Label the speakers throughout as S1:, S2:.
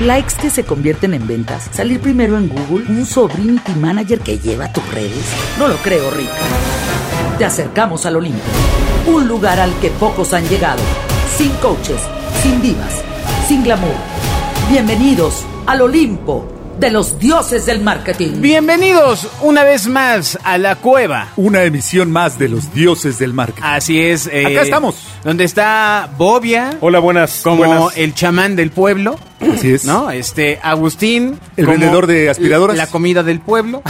S1: likes que se convierten en ventas, salir primero en Google, un sobrinity manager que lleva tus redes. No lo creo, Rick. Te acercamos al Olimpo, un lugar al que pocos han llegado, sin coaches, sin divas, sin glamour. Bienvenidos al Olimpo de los dioses del marketing.
S2: Bienvenidos una vez más a la cueva.
S3: Una emisión más de los dioses del marketing.
S2: Así es. eh,
S3: Acá estamos.
S2: Donde está Bobia,
S4: Hola, buenas.
S2: como
S4: buenas.
S2: el chamán del pueblo.
S3: Así es.
S2: ¿No? Este, Agustín.
S3: El
S2: como
S3: vendedor de aspiradoras.
S2: La comida del pueblo.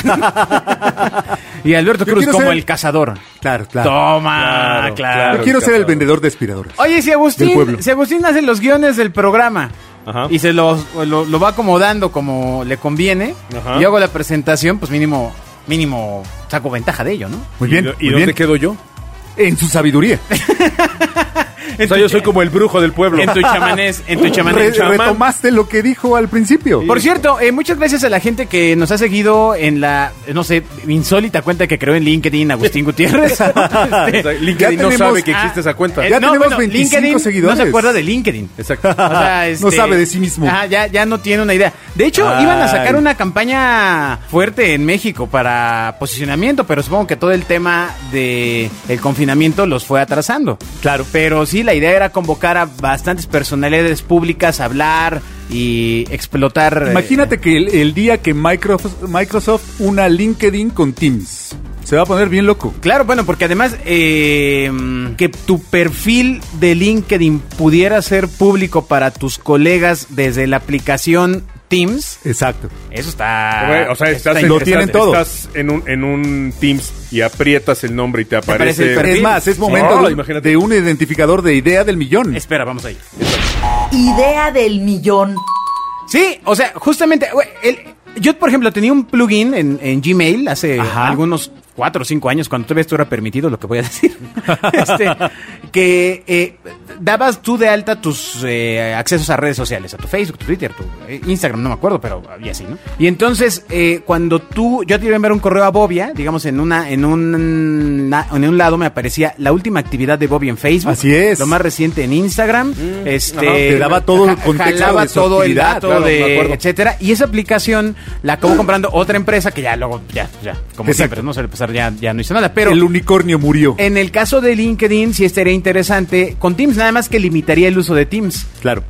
S2: y Alberto
S3: Yo
S2: Cruz
S3: quiero
S2: como
S3: ser-
S2: el cazador.
S3: Claro, claro.
S2: Toma, claro.
S4: Claro, claro.
S3: Yo quiero ser el
S4: cabrón.
S3: vendedor de aspiradores.
S2: Oye, si
S3: Del
S2: Agustín,
S3: pueblo.
S2: si Agustín hace los guiones del programa
S4: Ajá.
S2: y se los lo, lo va acomodando como le conviene,
S4: Ajá.
S2: y yo hago la presentación, pues mínimo, mínimo saco ventaja de ello, ¿no?
S3: Muy
S4: ¿Y,
S3: bien.
S4: do- y
S3: muy
S4: dónde
S3: bien.
S4: quedo yo?
S3: En su sabiduría.
S4: O sea, yo soy como el brujo del pueblo.
S2: En tu chamanés, en tu
S3: Re-
S2: chamanés.
S3: retomaste lo que dijo al principio.
S2: Por cierto, eh, muchas gracias a la gente que nos ha seguido en la, no sé, insólita cuenta que creó en LinkedIn Agustín Gutiérrez.
S4: O sea, LinkedIn
S3: Ya
S4: no
S3: tenemos-
S4: sabe que
S2: Ah,
S4: existe esa cuenta.
S2: eh,
S3: Ya tenemos 25
S2: LinkedIn No
S3: seguidores.
S2: se acuerda de LinkedIn.
S4: Exacto.
S2: O sea, este-
S3: No sabe de sí mismo.
S2: Ah, ya, ya no tiene una idea. De hecho,
S4: Ay.
S2: iban a sacar una campaña fuerte en México para posicionamiento, pero supongo que todo el tema de el confinamiento los fue atrasando. Claro. Pero sí, la idea era convocar a bastantes personalidades públicas a hablar y explotar. eh,
S3: Imagínate que el, el día que Microsoft, Microsoft una LinkedIn con Teams. Se va a poner bien loco.
S2: Claro, bueno, porque además eh, que tu perfil de LinkedIn pudiera ser público para tus colegas desde la aplicación Teams,
S3: Exacto.
S2: eso está...
S4: Güey, o sea,
S2: eso
S4: estás,
S2: está
S4: en,
S3: lo
S2: interesante.
S3: tienen
S4: estás-
S3: todo.
S4: estás en un, en un Teams y aprietas el nombre y te
S2: aparece el
S4: aparece.
S2: perfil.
S3: Es más, es momento
S4: Oh,
S3: de-
S4: imagínate.
S3: de un identificador de idea del millón.
S2: Espera, vamos ahí.
S1: Idea del millón.
S2: Sí, o sea, justamente, güey, el- yo por ejemplo tenía un plugin en, en Gmail hace
S3: Ajá.
S2: algunos cuatro o cinco años, cuando todavía esto era permitido, lo que voy a decir, Este, que eh, dabas tú de alta tus eh, accesos a redes sociales, a tu Facebook, tu Twitter, tu eh, Instagram, no me acuerdo, pero había así, ¿no? Y entonces, eh, cuando tú, yo te iba a enviar un correo a Bobia, digamos, en una, en un, en un lado me aparecía la última actividad de Bobia en Facebook.
S3: Así es. Mm.
S2: Lo más reciente en Instagram. este,
S3: ajá. Te daba todo el
S2: ja-
S3: contexto
S2: jalaba
S3: de su
S2: todo el
S3: actividad,
S2: dato
S3: claro, me
S2: de,
S3: acuerdo.
S2: etcétera. Y esa aplicación la acabó comprando otra empresa que ya luego, ya, ya, como
S3: Exacto.
S2: siempre, no sé, pasar ya, ya no hizo nada. Pero
S3: el unicornio murió.
S4: Eh.
S2: en el caso de LinkedIn sí estaría interesante con Teams, nada más que limitaría el uso de Teams.
S3: Claro.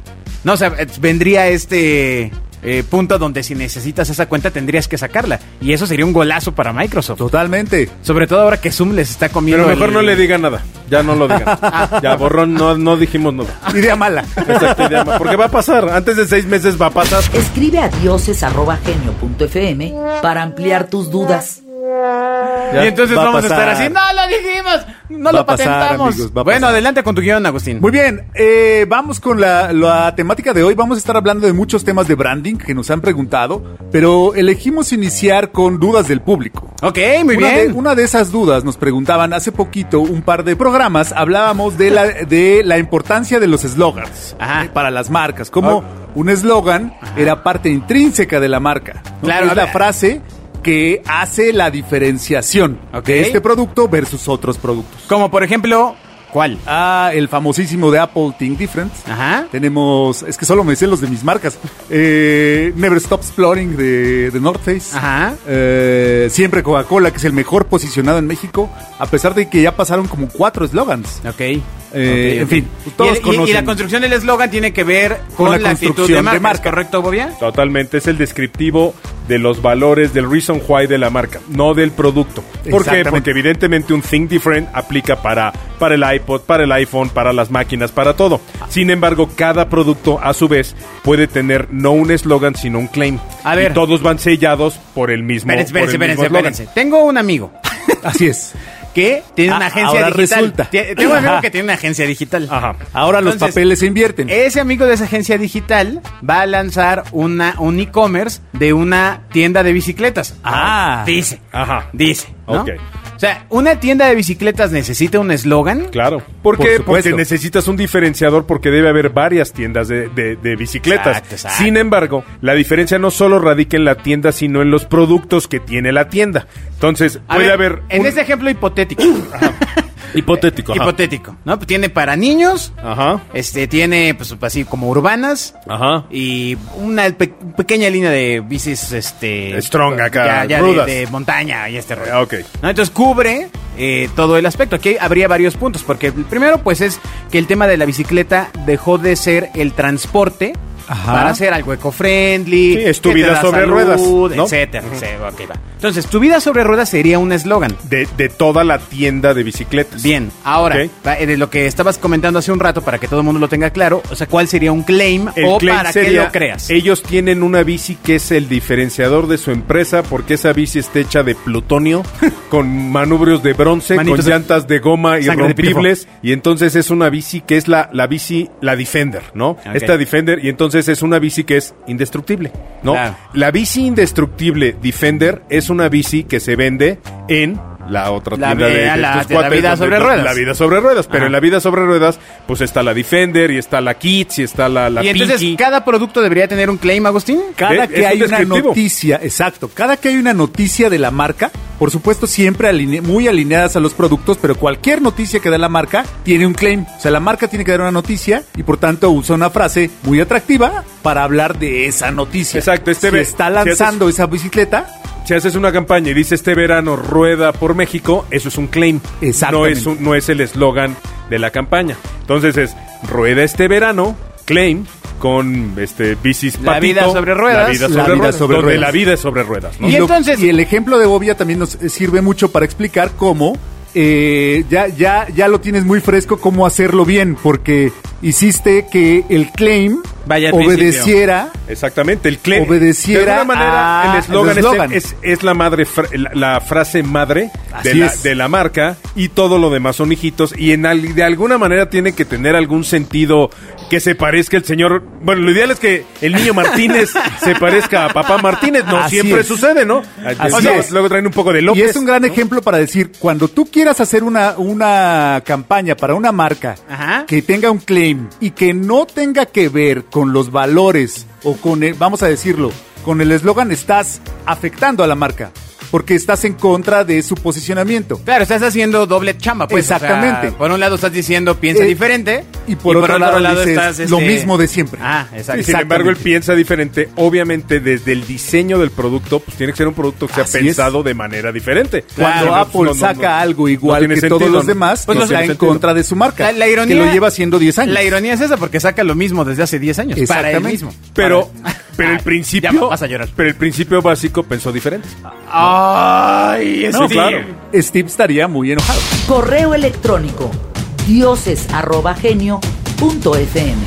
S2: No, o sea, eh, vendría este eh, punto donde si necesitas esa cuenta tendrías que sacarla. Y eso sería un golazo para Microsoft.
S3: Totalmente.
S2: Sobre todo ahora que Zoom les está comiendo.
S4: Pero mejor
S2: el-
S4: no le digan nada. Ya no lo digan. ya, borrón, no, no dijimos nada.
S3: Idea mala.
S4: Exacto, ya, porque va a pasar. Antes de seis meses va a pasar.
S1: Escribe a dioses.genio.fm para ampliar tus dudas.
S4: Ya,
S2: y entonces
S3: va a
S2: vamos a, estar
S3: pasar.
S2: así. No lo dijimos, no
S3: Va
S2: lo
S3: a pasar,
S2: patentamos.
S3: amigos, va a
S2: bueno,
S3: pasar.
S2: adelante con tu guión, Agustín.
S3: Muy bien, eh, vamos con la, la temática de hoy. Vamos a estar hablando de muchos temas de branding que nos han preguntado, pero elegimos iniciar con dudas del público.
S2: Ok, muy
S3: una
S2: bien.
S3: De, una de esas dudas nos preguntaban hace poquito un par de programas. Hablábamos de la, de la importancia de los eslogans
S2: Ajá.
S3: eh, para las marcas. Como
S4: Ah.
S3: un eslogan era parte intrínseca de la marca. ¿no?
S2: Claro,
S3: es
S2: a
S3: la
S2: ver.
S3: frase que hace la diferenciación
S2: Ok.
S3: de este producto versus otros productos.
S2: Como por ejemplo, ¿cuál?
S3: Ah, el famosísimo de Apple Think Different.
S2: Ajá.
S3: Tenemos, es que solo me sé los de mis marcas. Eh, Never Stop Exploring de, de North Face.
S2: Ajá.
S3: Eh, siempre Coca-Cola, que es el mejor posicionado en México, a pesar de que ya pasaron como cuatro eslogans.
S2: Ok.
S3: Eh,
S2: Ok,
S3: en
S2: ok.
S3: fin, todos
S2: y, el- y- y
S3: conocen.
S2: la construcción del eslogan tiene que ver con, la, actitud de
S3: construcción
S2: marca,
S3: de marca.
S2: ¿es ¿correcto, Bobia?
S4: Totalmente, es el descriptivo de los valores del reason why de la marca, no del producto. ¿Por qué?
S3: Exactamente.
S4: Porque evidentemente un Think Different aplica para, para el iPod, para el iPhone, para las máquinas, para todo. Sin embargo, cada producto a su vez puede tener no un eslogan, sino un claim.
S2: A ver.
S4: Y todos van sellados por el mismo
S2: Espérense,
S4: por el
S2: espérense, espérense,
S4: mismo eslogan.
S2: espérense. Tengo un amigo
S3: Así es.
S2: que tiene
S3: Ah,
S2: una agencia
S3: ahora
S2: digital.
S3: resulta.
S2: Tie- Tengo un amigo
S3: Ajá.
S2: que tiene una agencia digital.
S4: Ajá.
S3: Ahora los
S2: Entonces,
S3: papeles se invierten.
S2: Ese amigo de esa agencia digital va a lanzar una, un e-commerce de una tienda de bicicletas.
S3: Ah.
S2: Dice.
S4: Ajá.
S2: Dice. ¿no?
S4: Ok.
S2: O sea, ¿una tienda de bicicletas necesita un eslogan?
S4: Claro. ¿Por
S3: Por
S4: qué?
S3: supuesto.
S4: porque necesitas un diferenciador porque debe haber varias tiendas de, de- de bicicletas.
S2: Exacto, exacto.
S4: Sin embargo, la diferencia no solo radica en la tienda, sino en los productos que tiene la tienda. Entonces,
S2: A
S4: puede
S2: ver,
S4: haber...
S2: En
S4: un-
S2: este ejemplo hipotético.
S4: Hipotético, ajá.
S2: Hipotético, ¿no? Pues tiene para niños,
S4: Ajá.
S2: este, tiene pues así como urbanas
S4: Ajá.
S2: y una pe- pequeña línea de bicis, este...
S4: Strong
S2: ya-
S4: acá,
S2: ya de-
S4: rudas.
S2: de, montaña y este rollo.
S4: Ah, ok.
S2: ¿no? Entonces cubre eh, todo el aspecto. Aquí habría varios puntos, porque el primero pues es que el tema de la bicicleta dejó de ser el transporte
S3: Ajá.
S2: para ser algo eco-friendly.
S4: Sí, es tu
S2: que te
S4: vida
S2: da
S4: sobre ruedas, ¿no?
S2: Etcétera. Sí, ok, va. Entonces, tu vida sobre ruedas sería un eslogan.
S4: De, de toda la tienda de bicicletas.
S2: Bien, ahora,
S4: Ok.
S2: va- eh, de lo que estabas comentando hace un rato, para que todo el mundo lo tenga claro, o sea, ¿cuál sería un claim
S4: El
S2: o
S4: claim
S2: para
S4: sería,
S2: qué lo creas?
S4: Ellos tienen una bici que es el diferenciador de su empresa porque esa bici está hecha de plutonio, con manubrios de bronce,
S2: Manitos
S4: con
S2: de-
S4: llantas de goma
S2: Sangre de
S4: irrompibles. Y entonces es una bici que es la, la bici, la Defender, ¿no? Esta Defender, y entonces es una bici que es indestructible, ¿no?
S2: Claro.
S4: La bici indestructible Defender es una bici que se vende en la otra
S2: La
S4: tienda
S2: ve-
S4: de,
S2: a la-
S4: estos
S2: de la
S4: cuates
S2: vida
S4: donde-
S2: sobre ruedas.
S4: La vida sobre ruedas, pero
S2: Ajá.
S4: en la vida sobre ruedas, pues está la Defender y está la Kids y está la, la
S2: y entonces,
S4: Pinky.
S2: ¿cada producto debería tener un claim, Agustín?
S3: Cada
S4: Es- es
S3: que
S4: un
S3: hay una
S4: descriptivo.
S3: noticia, exacto, cada que hay una noticia de la marca, por supuesto siempre aline- muy alineadas a los productos, pero cualquier noticia que da la marca tiene un claim. O sea, la marca tiene que dar una noticia y por tanto usa una frase muy atractiva para hablar de esa noticia.
S4: Exacto, este
S3: si
S4: ve-
S3: está
S4: si haces-
S3: lanzando esa bicicleta,
S4: Si haces una campaña y dices este verano rueda por México, eso es un claim. No
S3: Exactamente.
S4: es, un- no es el eslogan de la campaña. Entonces es rueda este verano, claim, con este bicis
S2: La
S4: patito,
S2: vida sobre ruedas.
S4: La vida
S3: La
S4: sobre
S3: vida
S4: ruedas.
S3: sobre
S4: donde
S3: ruedas.
S4: la vida es sobre ruedas, ¿no?
S2: Y
S3: Y, lo-
S2: entonces-
S3: y el ejemplo de Bobia también nos eh, sirve mucho para explicar cómo eh, ya, ya, ya lo tienes muy fresco, cómo hacerlo bien, porque hiciste que el claim
S2: Vaya al
S3: obedeciera.
S4: Exactamente, el claim.
S3: Obedeciera
S4: De alguna manera,
S3: a-
S4: el eslogan
S3: el
S4: es-
S3: eslogan.
S4: es, es la madre fra- la, la frase madre de
S3: Así
S4: la,
S3: es.
S4: de la marca y todo lo demás son hijitos. Y en al- de alguna manera tiene que tener algún sentido que se parezca el señor. Bueno, lo ideal es que el niño Martínez se parezca a papá Martínez. No
S3: Así
S4: siempre
S3: es.
S4: sucede, ¿no?
S3: Así
S4: O sea,
S3: es.
S4: Luego traen un poco de
S3: y
S4: López.
S3: es un gran
S4: ¿no?
S3: ejemplo para decir, cuando tú quieras hacer una, una campaña para una marca
S2: Ajá.
S3: que tenga un claim y que no tenga que ver con los valores o con, el- vamos a decirlo, con el eslogan estás afectando a la marca, porque estás en contra de su posicionamiento.
S2: Claro, estás haciendo doble chamba, pues. o sea,
S3: Exactamente.
S2: por un lado estás diciendo piensa
S3: Eh,
S2: diferente.
S3: y por otro lado dices, lo mismo de siempre.
S2: este, Ah,
S4: Sí,
S2: exacto.
S4: sin embargo, él
S3: Exactamente.
S4: piensa diferente. Obviamente, desde el diseño del producto, pues tiene que ser un producto que sea
S3: Así es.
S4: pensado de manera diferente.
S3: Cuando
S4: Claro,
S3: Apple
S4: pues, no, no,
S3: saca
S4: no.
S3: algo
S4: No
S3: igual
S4: tiene
S3: que
S4: sentido,
S3: todos los
S4: ¿no?
S3: demás,
S4: No
S3: pues
S4: tiene
S3: está en
S4: sentido.
S3: contra de su marca,
S2: La, la ironía,
S3: que lo lleva haciendo 10 años.
S2: La ironía es esa porque saca lo mismo desde hace 10 años. Para él
S3: Exactamente.
S2: mismo.
S4: Pero,
S2: Para-
S4: pero
S3: Ah,
S4: el
S2: Ay,
S4: principio.
S2: Ya vas a llorar.
S4: Pero el principio básico pensó diferente.
S2: Ay,
S4: No,
S2: sí.
S4: claro.
S3: Steve estaría muy enojado.
S1: Correo electrónico dioses@genio.fm.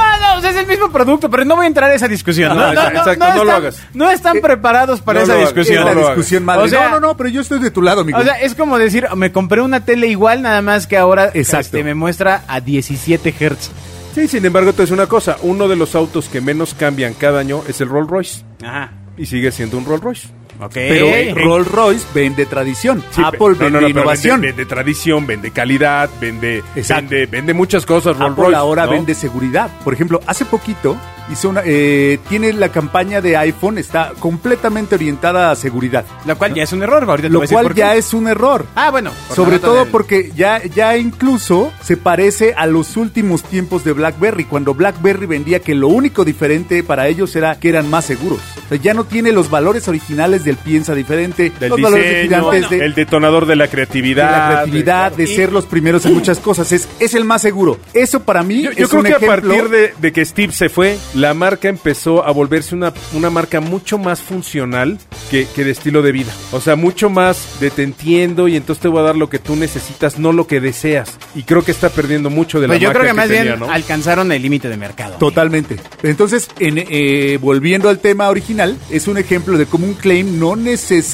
S2: Ah, no, o sea, es el mismo producto, pero no voy a entrar a esa discusión.
S4: No, exacto, exacto, no lo
S2: están,
S4: hagas.
S2: No están preparados para
S4: no
S2: esa
S4: lo hagas,
S3: Es
S2: discusión.
S4: no
S3: la
S4: lo hagas.
S3: discusión madre.
S2: O sea-
S3: no, no, no, pero yo estoy de tu lado, amigo.
S2: O sea, es como decir, me compré una tele igual, nada más que ahora
S3: Exacto.
S2: este, me muestra a 17 Hz.
S4: Sí, sin embargo, te es una cosa. Uno de los autos que menos cambian cada año es el Rolls Royce.
S2: Ajá.
S4: Y sigue siendo un Rolls Royce.
S2: Ok. Eh,
S3: pero Rolls Royce vende tradición,
S4: Eh, Sí,
S3: Apple
S4: pero-
S3: vende
S4: no, no, no, pero
S3: innovación,
S4: Vende, vende tradición, vende calidad, vende,
S3: Exacto.
S4: vende, vende muchas cosas. Rolls
S3: Apple
S4: Royce.
S3: ahora
S4: ¿no?
S3: vende seguridad. Por ejemplo, hace poquito hizo una, eh, tiene la campaña de iPhone, está completamente orientada a seguridad,
S2: Lo cual ya es un error, ahorita te
S3: lo
S2: voy a decir
S3: cual
S2: por qué.
S3: ya es un error.
S2: Ah, bueno. por
S3: Sobre
S2: la nota
S3: todo
S2: del-
S3: porque ya, ya incluso se parece a los últimos tiempos de BlackBerry, cuando BlackBerry vendía que lo único diferente para ellos era que eran más seguros. O sea, ya no tiene los valores originales del piensa diferente,
S4: Del
S3: los valores
S4: diseño,
S3: gigantes de,
S4: el detonador de la
S3: de
S4: creatividad.
S3: la creatividad, de
S4: claro.
S3: ser los primeros en muchas cosas. Es, es el más seguro. Eso para mí
S4: Yo, yo
S3: es
S4: creo
S3: un
S4: que a
S3: ejemplo.
S4: partir de, de que Steve se fue, la marca empezó a volverse una, una marca mucho más funcional que, que de estilo de vida. O sea, mucho más de te entiendo y entonces te voy a dar lo que tú necesitas, no lo que deseas. Y creo que está perdiendo mucho de la
S2: Pues yo
S4: marca
S2: creo que más
S4: tenía,
S2: bien
S4: ¿no?
S2: alcanzaron el límite de mercado.
S3: Totalmente. Entonces, en, eh, volviendo al tema original, es un ejemplo de cómo un claim no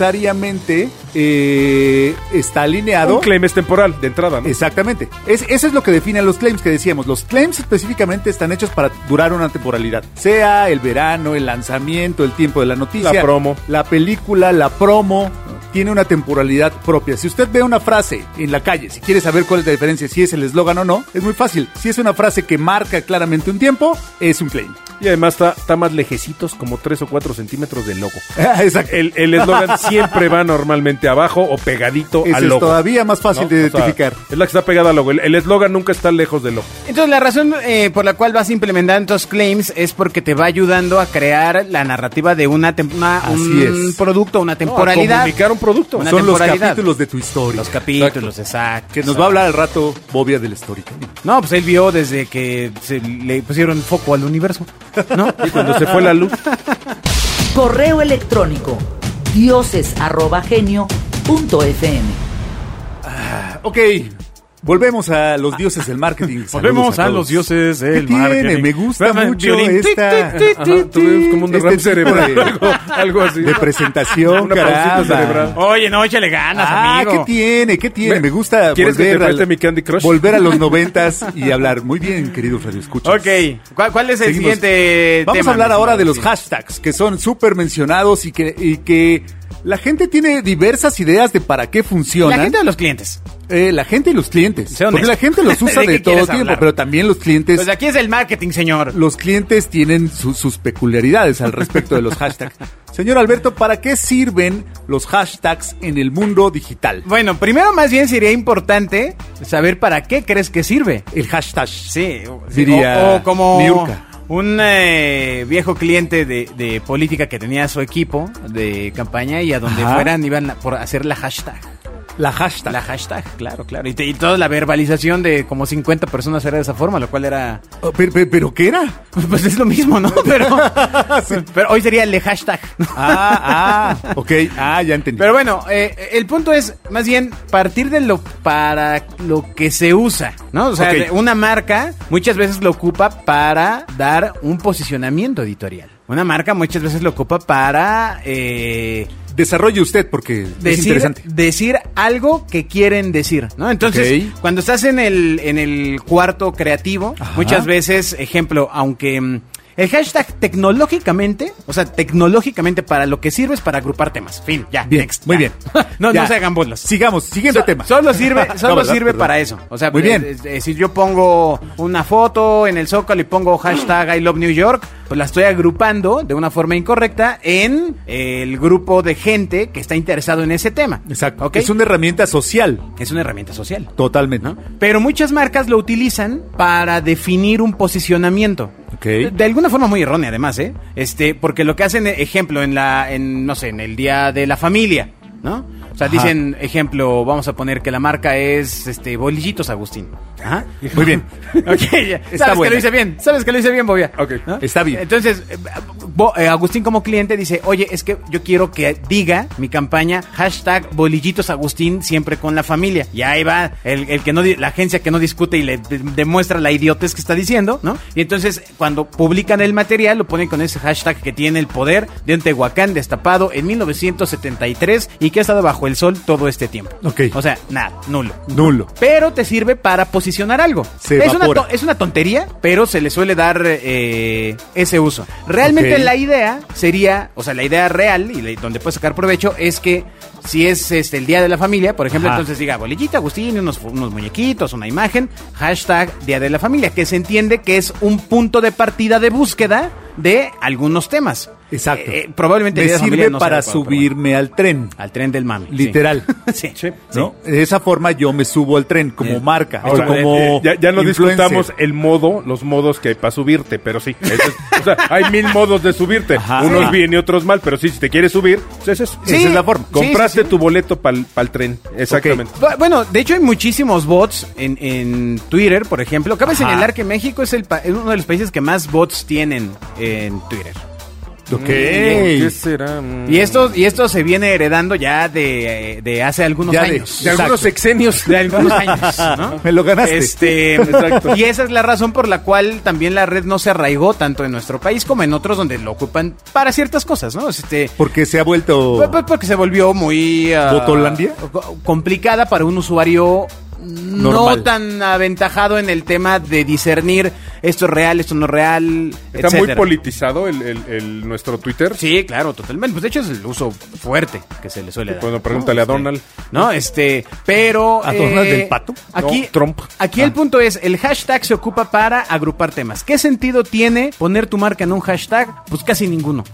S3: necesariamente eh, está alineado.
S4: Un claim es temporal, de entrada, ¿no?
S3: Exactamente. Es, eso es lo que definen los claims que decíamos. Los claims específicamente están hechos para durar una temporalidad. Sea el verano, el lanzamiento, el tiempo de la noticia.
S4: La promo.
S3: La película, la promo. tiene una temporalidad propia. Si usted ve una frase en la calle, si quiere saber cuál es la diferencia, si es el eslogan o no, es muy fácil. Si es una frase que marca claramente un tiempo, es un claim.
S4: Y además está, está más lejecitos, como 3 o 4 centímetros del logo.
S3: Exacto.
S4: El el eslogan siempre va normalmente abajo o pegadito
S3: Eso
S4: al
S3: es
S4: logo.
S3: todavía más fácil
S4: ¿no?
S3: de
S4: O sea,
S3: identificar.
S4: es la que está pegada al logo. El- El eslogan nunca está lejos del logo.
S2: Entonces la razón eh, por la cual vas implementando estos claims es porque te va ayudando a crear la narrativa de una, tem- una-
S3: Así
S2: un
S3: es.
S2: producto, una
S4: No, a
S2: temporalidad.
S4: comunicar un producto.
S2: Una
S3: Son los
S2: temporalidad.
S3: capítulos de tu historia.
S2: los capítulos, exacto.
S3: que nos va a hablar al rato Bobia del storytelling.
S2: No, pues él vio desde que se le pusieron foco al universo. ¿No?
S4: Y cuando se fue la luz,
S1: Correo electrónico dioses@genio.fm.
S3: Ok, volvemos a los dioses del marketing.
S5: Volvemos
S3: Saludos
S5: a
S3: todos.
S5: los dioses del
S3: ¿Qué tiene?
S5: marketing.
S3: Me gusta
S5: Bueno,
S3: mucho
S5: violín.
S3: esta-
S5: Tic, tic, tic,
S4: ajá,
S5: tic,
S4: tuvimos como un
S3: Este
S4: derrame
S3: tipo
S4: cerebral.
S3: de-
S4: algo, algo así.
S3: De presentación,
S4: Una pausita
S3: caramba.
S4: cerebral.
S5: Oye, no, échale ganas,
S3: Ah,
S5: amigo.
S3: ¿qué tiene? ¿Qué tiene?
S4: Me-
S3: Me, gusta
S4: ¿Quieres que
S3: volver,
S4: interprete
S3: al-
S4: mi Candy Crush?
S3: volver a los noventas y hablar. Muy bien, queridos radioescuchas.
S2: Ok, ¿cuál, cuál es el
S3: Seguimos.
S2: siguiente
S3: Vamos
S2: tema,
S3: a hablar
S2: mi
S3: ahora
S2: estimado?
S3: de los
S2: Sí.
S3: hashtags, que son súper mencionados y que, y que la gente tiene diversas ideas de para qué
S2: La
S3: funcionan.
S2: gente de los clientes.
S3: Eh, la gente y los clientes.
S2: Sé
S3: porque
S2: honesto.
S3: la gente los usa
S2: ¿De
S3: de,
S2: qué
S3: todo
S2: quieres
S3: tiempo,
S2: hablar?
S3: pero también los clientes.
S2: Pues aquí es el marketing, señor.
S3: los clientes tienen su- sus peculiaridades al respecto de los hashtags. Señor Alberto, ¿para qué sirven los hashtags en el mundo digital?
S2: Bueno, primero más bien sería importante saber para qué crees que sirve.
S3: El hashtag.
S2: Sí, o-
S3: Diría
S2: o, o como
S3: Niurka.
S2: un eh, viejo cliente de, de política que tenía su equipo de campaña y a donde
S3: Ajá.
S2: fueran iban a- por hacer la hashtag.
S3: La hashtag.
S2: La hashtag, claro, claro. Y, te- y toda la verbalización de como 50 personas era de esa forma, lo cual era...
S3: Oh, pero, pero- pero qué era?
S2: Pues es lo mismo, ¿no? Pero, pero hoy sería el de hashtag.
S3: Ah, ah, ok. Ah, ya entendí.
S2: Pero bueno, eh, el punto es más bien partir de lo para lo que se usa, ¿no? O sea,
S3: Ok.
S2: de- una marca muchas veces lo ocupa para dar un posicionamiento editorial. Una marca muchas veces lo ocupa para eh,
S3: Desarrolle usted porque es
S2: decir,
S3: interesante.
S2: decir algo que quieren decir, ¿no? Entonces,
S3: Ok.
S2: cuando estás en el, en el cuarto creativo,
S3: Ajá.
S2: muchas veces, ejemplo, aunque mm, el hashtag tecnológicamente, o sea, tecnológicamente para lo que sirve es para agrupar temas. Fin, ya,
S3: Bien,
S2: next,
S3: muy
S2: ya.
S3: bien.
S2: no,
S3: Ya.
S2: no se hagan bolas.
S3: Sigamos, siguiente
S2: So-
S3: tema.
S2: Solo sirve, solo
S3: No, ¿verdad?
S2: sirve
S3: Perdón.
S2: para eso. O sea,
S3: Muy
S2: eh,
S3: bien.
S2: eh, eh, si yo pongo una foto en el Zócalo y pongo hashtag I love New York, pues la estoy agrupando de una forma incorrecta en el grupo de gente que está interesado en ese tema.
S3: Exacto.
S2: ¿Ok?
S3: Es una herramienta social.
S2: es una herramienta social.
S3: Totalmente.
S2: ¿no? Pero muchas marcas lo utilizan para definir un posicionamiento.
S3: Ok.
S2: De, de alguna forma muy errónea, además, ¿eh? Este, porque lo que hacen, eh, ejemplo, en la, en, no sé, en el día de la familia, ¿no? O sea,
S3: Ajá.
S2: dicen, ejemplo, vamos a poner que la marca es, este, Bolillitos Agustín. Ajá.
S3: Muy bien.
S2: Ok, ya. sabes que
S3: buena.
S2: lo hice bien, sabes que lo hice bien, Bobia.
S4: Ok,
S3: está bien.
S2: Entonces, eh, Bo- eh, Agustín como cliente dice, oye, es que yo quiero que diga mi campaña hashtag bolillitos Agustín siempre con la familia. Y ahí va el, el que no, di- la agencia que no discute y le de- demuestra la idiotez que está diciendo, ¿no? Y entonces, cuando publican el material, lo ponen con ese hashtag que tiene el poder de un Tehuacán destapado en 1973 y que ha estado bajo el sol todo este tiempo.
S3: Ok.
S2: O sea, nada, nulo
S3: Nulo.
S2: pero te sirve para posicionar algo.
S3: Se
S2: es, una
S3: evapora.
S2: to- es una tontería, pero se le suele dar eh, ese uso. Realmente
S3: Ok.
S2: la idea sería, o sea, la idea real y la- donde puedes sacar provecho es que si es este, el Día de la Familia, por ejemplo,
S3: Ajá.
S2: entonces diga bolillita, Agustín, unos, fu- unos muñequitos, una imagen, hashtag Día de la Familia, que se entiende que es un punto de partida de búsqueda de algunos temas.
S3: Exacto.
S2: Eh, eh, probablemente el
S3: me
S2: Día de la Familia
S3: sirve
S2: no sea
S3: para
S2: adecuado, pero bueno.
S3: subirme al tren.
S2: al tren del mami. Ah, sí.
S3: Literal.
S2: Sí.
S3: ¿no? De esa forma yo me subo al tren como
S2: Eh,
S3: marca. o
S4: Ahora,
S3: como
S4: eh, eh, ya, ya no
S3: influencer.
S4: discutamos el modo, los modos que hay para subirte, pero sí. Ese es- o sea, hay mil modos de subirte.
S3: Ajá.
S4: Unos
S3: Sí.
S4: bien y otros mal, pero sí, si te quieres subir, pues ese es-
S3: Sí.
S4: esa es la forma.
S2: Sí,
S4: Compraste
S2: sí, sí.
S4: tu boleto para el tren. Exactamente.
S2: Bu- Bueno, de hecho hay muchísimos bots en, en Twitter, por ejemplo. Cabe
S3: Ajá.
S2: señalar que México es, el pa- es uno de los países que más bots tienen en Twitter. Mm,
S3: Ok.
S4: Mm, ¿Qué será? Mm.
S2: Y esto, y esto se viene heredando ya de, de hace algunos
S3: Ya de-
S2: años.
S4: de algunos
S3: Exacto.
S4: sexenios.
S2: De algunos años, ¿no?
S3: Me lo ganaste.
S2: Este,
S4: Exacto.
S2: Y esa es la razón por la cual también la red no se arraigó tanto en nuestro país como en otros donde lo ocupan para ciertas cosas, ¿no? Este,
S3: Porque se ha vuelto.
S2: Pues, pues, porque se volvió muy... ah,
S3: ¿Botolandia?
S2: co- complicada para un usuario
S3: Normal.
S2: no tan aventajado en el tema de discernir esto es real, esto no es real,
S4: Está muy
S2: etcétera.
S4: politizado el, el- el- nuestro Twitter.
S2: Sí, claro, totalmente. Pues de hecho es el uso fuerte que se le suele dar.
S4: Bueno, pregúntale
S2: ¿no?
S4: a
S2: Este,
S4: Donald.
S2: No, este, pero... eh,
S3: ¿A Donald del Pato?
S2: Aquí,
S4: No, Trump.
S2: Aquí el punto es, el hashtag se ocupa para agrupar temas. ¿Qué sentido tiene poner tu marca en un hashtag? Pues casi ninguno.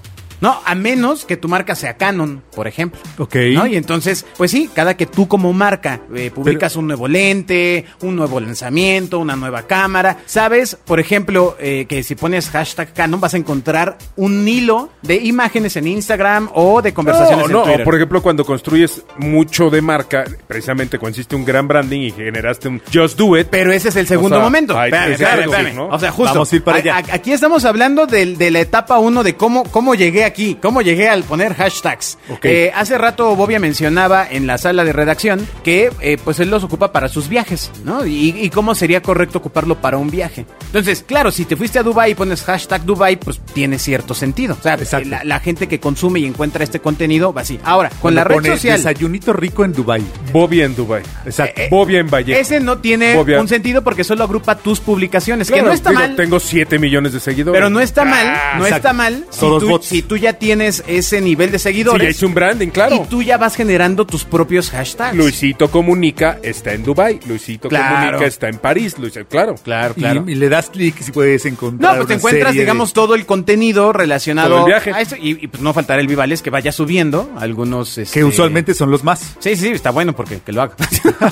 S2: No, a menos que tu marca sea Canon, por ejemplo.
S3: Ok.
S2: ¿No? Y entonces, pues sí, cada que tú como marca eh, publicas un nuevo lente, un nuevo lanzamiento, una nueva cámara, sabes, por ejemplo, eh, que si pones hashtag Canon vas a encontrar un hilo de imágenes en Instagram o de conversaciones
S4: Oh, No, no,
S2: en Twitter.
S4: por ejemplo, cuando construyes mucho de marca, precisamente cuando hiciste un gran branding y generaste un Just Do It.
S2: Pero ese es el segundo
S4: O sea,
S2: momento.
S4: hay
S2: Espérame,
S4: que
S2: espérame,
S4: decirlo,
S2: espérame.
S4: ¿no?
S2: O sea, justo.
S3: Vamos a ir para
S2: a-
S3: allá.
S2: a- aquí estamos hablando del- de, la etapa uno de cómo, cómo llegué aquí, cómo llegué al poner hashtags.
S4: Ok.
S2: Eh, hace rato Bobia mencionaba en la sala de redacción que eh, pues él los ocupa para sus viajes, ¿no? Y, y cómo sería correcto ocuparlo para un viaje. Entonces, claro, si te fuiste a Dubai y pones hashtag Dubai, pues tiene cierto sentido. O sea,
S3: Exacto.
S2: la, la gente que consume y encuentra este contenido va así. Ahora, con
S3: Cuando
S2: la red
S3: pone
S2: social.
S3: Desayunito rico en Dubai.
S4: Bobby en Dubai.
S3: Exacto.
S2: Eh,
S4: Bobby en Vallejo.
S2: Ese no tiene
S4: Bobia.
S2: un sentido porque solo agrupa tus publicaciones,
S4: Claro,
S2: que no está
S4: digo,
S2: mal.
S4: Tengo 7 millones de seguidores.
S2: Pero no está mal,
S4: Ah,
S2: no
S3: exacto.
S2: está mal si
S3: Todos
S2: tú,
S3: bots.
S2: si tú ya tienes ese nivel de
S4: Sí, ya
S2: seguidores
S4: hice un branding, claro.
S2: y tú ya vas generando tus propios hashtags.
S4: Luisito Comunica está en Dubai, Luisito
S2: Claro.
S4: Comunica está en París, Luisito, claro.
S2: Claro,
S3: Y-
S2: Ah, claro.
S3: Y, le das clic y puedes encontrar.
S2: No, pues te
S3: una
S2: encuentras,
S3: serie de-
S2: digamos, todo el contenido relacionado
S4: Todo el viaje.
S2: a esto. Y, y, pues no faltará el Vivales que vaya subiendo algunos...
S3: Que
S2: este,
S3: usualmente son los más.
S2: Sí, sí, sí, está bueno porque que lo haga.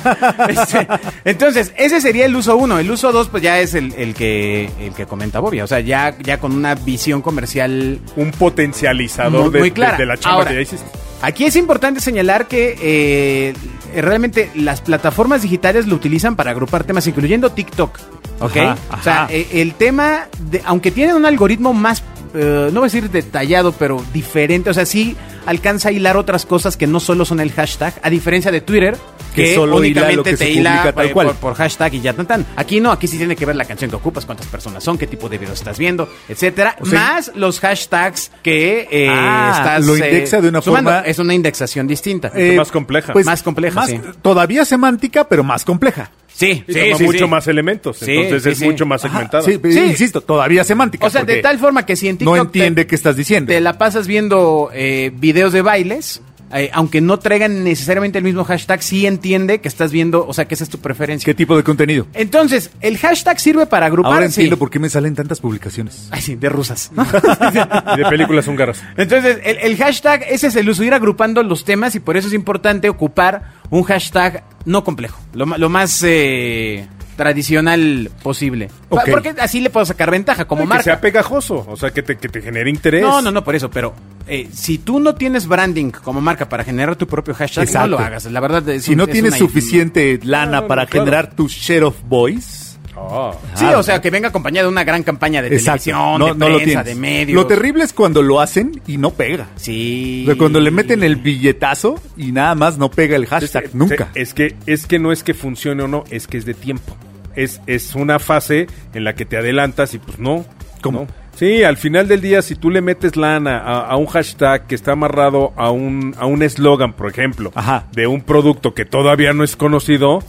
S2: Este, entonces, ese sería el uso uno. El uso dos, pues ya es el, el que el que comenta Bobia. O sea, ya, ya con una visión comercial
S4: Un potencializador
S2: Muy-
S4: de,
S2: muy clara.
S4: de- de la chamba
S2: Ahora,
S4: que ya hiciste.
S2: Aquí es importante señalar que eh, realmente las plataformas digitales lo utilizan para agrupar temas, incluyendo TikTok. ¿Ok?
S3: Ajá,
S2: O sea,
S3: ajá.
S2: eh, el tema, de, aunque tienen un algoritmo más, eh, no voy a decir detallado, pero diferente, o sea, sí alcanza a hilar otras cosas que no solo son el hashtag, a diferencia de Twitter, que,
S3: Que solo hila
S2: únicamente
S3: lo que
S2: te
S3: se
S2: hila
S3: publica tal
S2: eh,
S3: cual.
S2: Por, por hashtag y ya tan tan. Aquí no, aquí sí tiene que ver la canción que ocupas, cuántas personas son, qué tipo de video estás viendo, etcétera,
S3: sea,
S2: más los hashtags que eh,
S3: Ah,
S2: estás,
S3: lo
S2: eh,
S3: indexa de una
S2: sumando.
S3: forma-
S2: Es una indexación distinta.
S3: Eh,
S4: más compleja.
S2: Más compleja, sí.
S3: Todavía semántica, pero más compleja.
S2: sí,
S4: Y toma mucho más elementos,
S2: Sí,
S4: entonces
S2: sí,
S4: es
S2: sí.
S4: mucho más segmentado.
S3: Sí, pero
S2: Sí.
S3: insisto, todavía semántica.
S2: O sea, de
S3: porque
S2: tal forma que si en TikTok
S3: no
S2: te-
S3: entiende qué estás diciendo.
S2: te la pasas viendo eh, videos de bailes, eh, aunque no traigan necesariamente el mismo hashtag, sí entiende que estás viendo, o sea, que esa es tu preferencia.
S3: ¿Qué tipo de contenido?
S2: Entonces, el hashtag sirve para agrupar.
S3: Ahora
S2: sí.
S3: entiendo por qué me salen tantas publicaciones.
S2: Ay, sí, de rusas. ¿no?
S4: Y de películas húngaras.
S2: Entonces, el, el hashtag, ese es el uso, ir agrupando los temas y por eso es importante ocupar un hashtag no complejo, lo, ma- lo más eh, tradicional posible. Pa-
S3: Ok.
S2: Porque así le puedo sacar ventaja como
S4: Ay, Que sea
S2: marca.
S4: pegajoso, o sea, que te, que te genere interés.
S2: No, no, no, por eso, pero eh, si tú no tienes branding como marca para generar tu propio hashtag,
S3: Exacto.
S2: no lo hagas. La verdad, es
S3: Si
S2: un-
S3: no
S2: es
S3: tienes
S2: una-
S3: suficiente lana
S4: no,
S3: para
S4: claro.
S3: generar tu share of voice.
S4: Ah.
S2: Sí,
S3: Ah,
S2: o sea, que venga acompañada de una gran campaña de televisión, de prensa, de medios.
S3: Lo terrible es cuando lo hacen y no pega.
S2: Sí.
S3: O sea, cuando le meten el billetazo y nada más no pega el hashtag
S4: Es-
S3: nunca.
S4: Es que, es que no es que funcione o no, es que es de tiempo. Es, es una fase en la que te adelantas y pues no.
S3: ¿Cómo?
S4: no. Sí, al final del día, si tú le metes lana a, a un hashtag que está amarrado a un a un eslogan, por ejemplo,
S3: Ajá.
S4: de un producto que todavía no es conocido,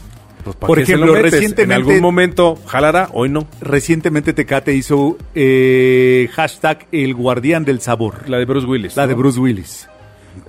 S4: pues ¿para
S3: Por
S4: qué se lo
S3: ejemplo,
S4: metes? En
S3: recientemente-
S4: algún momento jalará, hoy no.
S3: Recientemente Tecate hizo eh, hashtag el guardián del sabor.
S4: La de Bruce Willis.
S3: La de
S4: ¿no?
S3: Bruce Willis.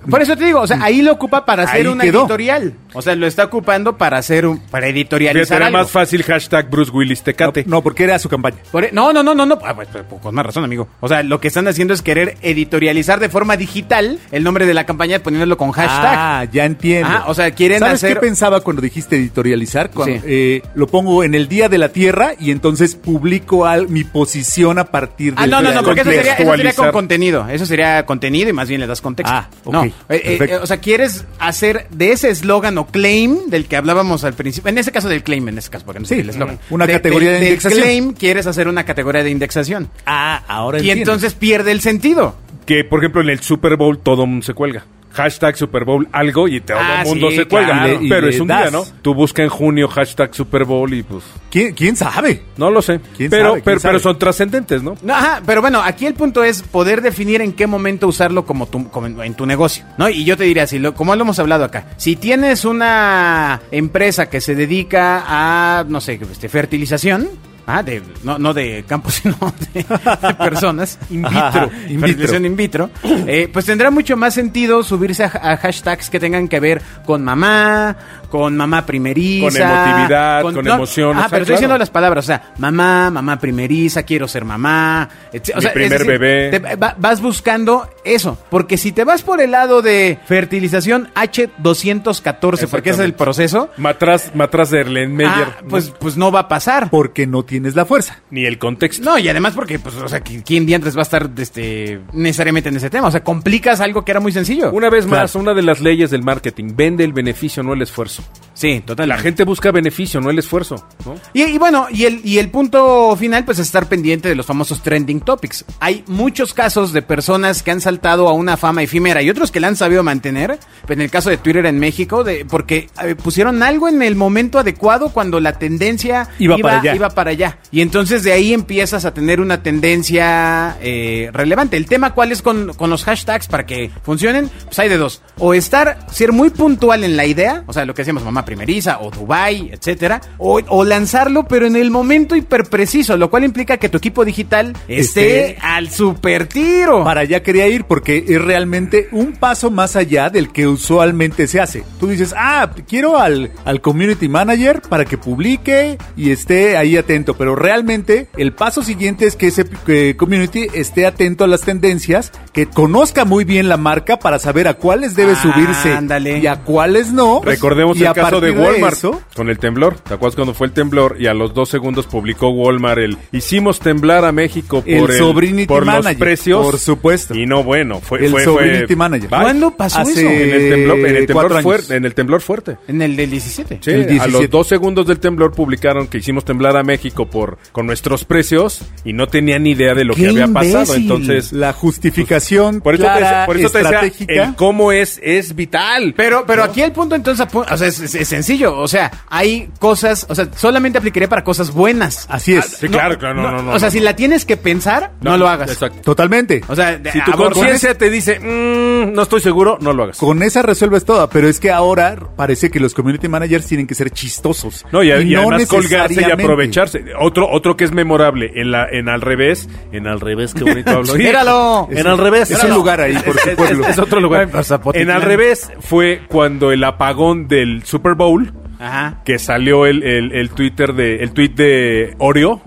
S2: Por eso te digo, o sea, ahí lo ocupa para hacer
S3: Ahí
S2: una
S3: quedó.
S2: editorial. O sea, lo está ocupando para hacer un, para
S4: Fíjate,
S2: editorializar
S4: era
S2: algo.
S4: más fácil hashtag Bruce Willis Tecate.
S3: No, no, porque era su campaña.
S2: Por e- no, no, no, no, no. Ah, pues, pues, con más razón, amigo. O sea, lo que están haciendo es querer editorializar de forma digital el nombre de la campaña poniéndolo con hashtag.
S3: Ah, ya entiendo.
S2: Ah, o sea, quieren
S3: ¿Sabes
S2: hacer-
S3: qué pensaba cuando dijiste editorializar? Cuando,
S2: Sí.
S3: eh, lo pongo en el Día de la Tierra y entonces publico al- mi posición a partir de
S2: Ah, no, no, no, porque eso sería, eso sería con
S4: Contextualizar.
S2: contenido. Eso sería contenido y más bien le das contexto.
S3: Ah, ok,
S2: No, eh, eh,
S3: perfecto.
S2: eh, o sea, quieres hacer de ese eslogan o claim del que hablábamos al principio. En ese caso del claim, en ese caso, porque no
S3: Sí,
S2: es el eslogan.
S3: una categoría de
S2: del
S3: indexación.
S2: claim quieres hacer una categoría de indexación.
S3: Ah, ahora
S2: Y entonces pierde el sentido.
S4: Que, por ejemplo, en el Super Bowl todo mundo se cuelga. hashtag Super Bowl algo y todo
S2: Ah,
S4: el mundo
S2: sí,
S4: se cuelga.
S3: claro. Y le-
S4: Pero
S3: y
S4: es
S3: le
S4: un día,
S3: das.
S4: ¿no? Tú busca en junio hashtag Super Bowl y pues
S3: ¿Quién, quién sabe?
S4: no lo sé.
S3: ¿Quién
S4: pero,
S3: sabe? ¿Quién
S4: pero,
S3: sabe?
S4: pero son trascendentes, ¿no?
S2: No, ajá, pero bueno, aquí el punto es poder definir en qué momento usarlo como, tu- como en, en tu negocio, ¿no? Y yo te diría, si lo, como lo hemos hablado acá, si tienes una empresa que se dedica a, no sé, este, fertilización, ah, de, no, no de campos, sino de, de personas, in vitro,
S3: Ajá, in vitro.
S2: fertilización in vitro, eh, pues tendrá mucho más sentido subirse a, a hashtags que tengan que ver con mamá, con mamá primeriza.
S4: Con emotividad, con emoción,
S2: Ah,
S4: o sea,
S2: pero estoy
S4: claro.
S2: diciendo las palabras, o sea, mamá, mamá primeriza, quiero ser mamá, etc. O
S4: Mi
S2: sea, es
S4: primer bebé.
S2: te- va- vas buscando eso. Porque si te vas por el lado de fertilización H214, porque ese es el
S4: Exactamente.
S2: proceso,
S4: Matras, matras de Erlenmeyer.
S2: ah, pues, pues no va a pasar.
S3: Porque no tienes la fuerza.
S4: Ni el contexto.
S2: No, y además porque, pues, o sea, ¿qui- ¿quién diantres va a estar este, necesariamente en ese tema? O sea, complicas algo que era muy sencillo.
S4: Una vez más,
S3: Claro.
S4: una de las leyes del marketing, vende el beneficio, no el esfuerzo.
S2: Sí, total.
S4: La gente busca beneficio, no el esfuerzo, ¿no?
S2: Y, y bueno, y el, y el punto final, pues es estar pendiente de los famosos trending topics. Hay muchos casos de personas que han saltado a una fama efímera y otros que la han sabido mantener. pues, En el caso de Twitter en México, de, porque eh, pusieron algo en el momento adecuado cuando la tendencia
S3: Iba para allá.
S2: iba para allá. Y entonces de ahí empiezas a tener una tendencia eh, relevante. El tema cuál es con, con los hashtags para que funcionen, pues hay de dos. O estar, ser muy puntual en la idea, o sea, lo que decíamos mamá primeriza o Dubai, etcétera, o, o lanzarlo pero en el momento hiper preciso, lo cual implica que tu equipo digital esté
S3: Esté-
S2: al super tiro.
S3: Para allá quería ir porque es realmente un paso más allá del que usualmente se hace. Tú dices, ah, quiero al, al community manager para que publique y esté ahí atento. Pero realmente el paso siguiente es que ese eh, community esté atento a las tendencias, que conozca muy bien la marca para saber a cuáles debe
S2: Ah,
S3: subirse
S2: ándale.
S3: y a cuáles no.
S4: Recordemos
S3: Pues, Y
S4: el
S3: a
S4: caso de
S3: partir
S4: Walmart
S3: eso,
S4: con el temblor. ¿Te acuerdas cuando fue el temblor y a los dos segundos publicó Walmart el hicimos temblar a México por
S3: El Sobrinity
S4: por los
S3: Manager,
S4: precios?
S3: por supuesto.
S4: Y no bueno, fue
S3: el
S4: fue, fue-
S3: sobrinity manager.
S4: Bye.
S2: ¿Cuándo pasó eso?
S4: En el temblor, en el temblor
S3: Eh, cuatro años.
S4: fuerte, en el temblor fuerte.
S2: En el del 17.
S4: Sí,
S3: El
S4: a
S3: 17.
S4: los dos segundos del temblor publicaron que hicimos temblar a México por con nuestros precios y no tenía ni idea de lo
S2: ¡Qué
S4: que había pasado.
S2: imbécil!
S4: Entonces,
S3: La justificación
S4: por eso, te,
S3: clara,
S4: decía- por eso te decía,
S3: estratégica.
S4: el cómo es es vital.
S2: Pero, pero aquí el punto entonces, apu- o sea, es, es- es sencillo, o sea, hay cosas, o sea, solamente aplicaría para cosas buenas.
S3: Así es.
S2: Ah,
S4: Sí, claro, claro, no, no, no,
S2: o sea,
S4: no.
S2: si la tienes que pensar, no,
S4: No,
S2: lo hagas.
S4: exacto.
S3: Totalmente.
S2: O sea, de-
S4: Si tu
S2: abor-
S4: conciencia te dice, "Mm, no estoy seguro, no lo hagas.
S3: Con esa resuelves todo, pero es que ahora parece que los community managers tienen que ser chistosos.
S4: No, y, y además colgarse y
S3: necesariamente.
S4: aprovecharse. Otro, otro que es memorable, en la, en al revés, en al revés, qué bonito hablo.
S2: Míralo.
S4: En al revés.
S3: Es un lugar ahí, por su pueblo.
S4: Es otro lugar.
S2: Ay, por Zapotitlán.
S4: En al revés fue cuando el apagón del Super Bowl,
S2: Ajá.
S4: que salió el, el, el Twitter de, el tweet de Oreo,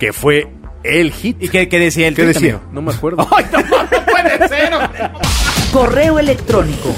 S4: que fue el hit.
S2: ¿Y qué, qué decía el
S3: ¿Qué
S2: tuit,
S3: decía?
S2: amigo?
S4: No me acuerdo.
S2: ¡Ay, no, no puede ser! hombre!
S1: Correo electrónico.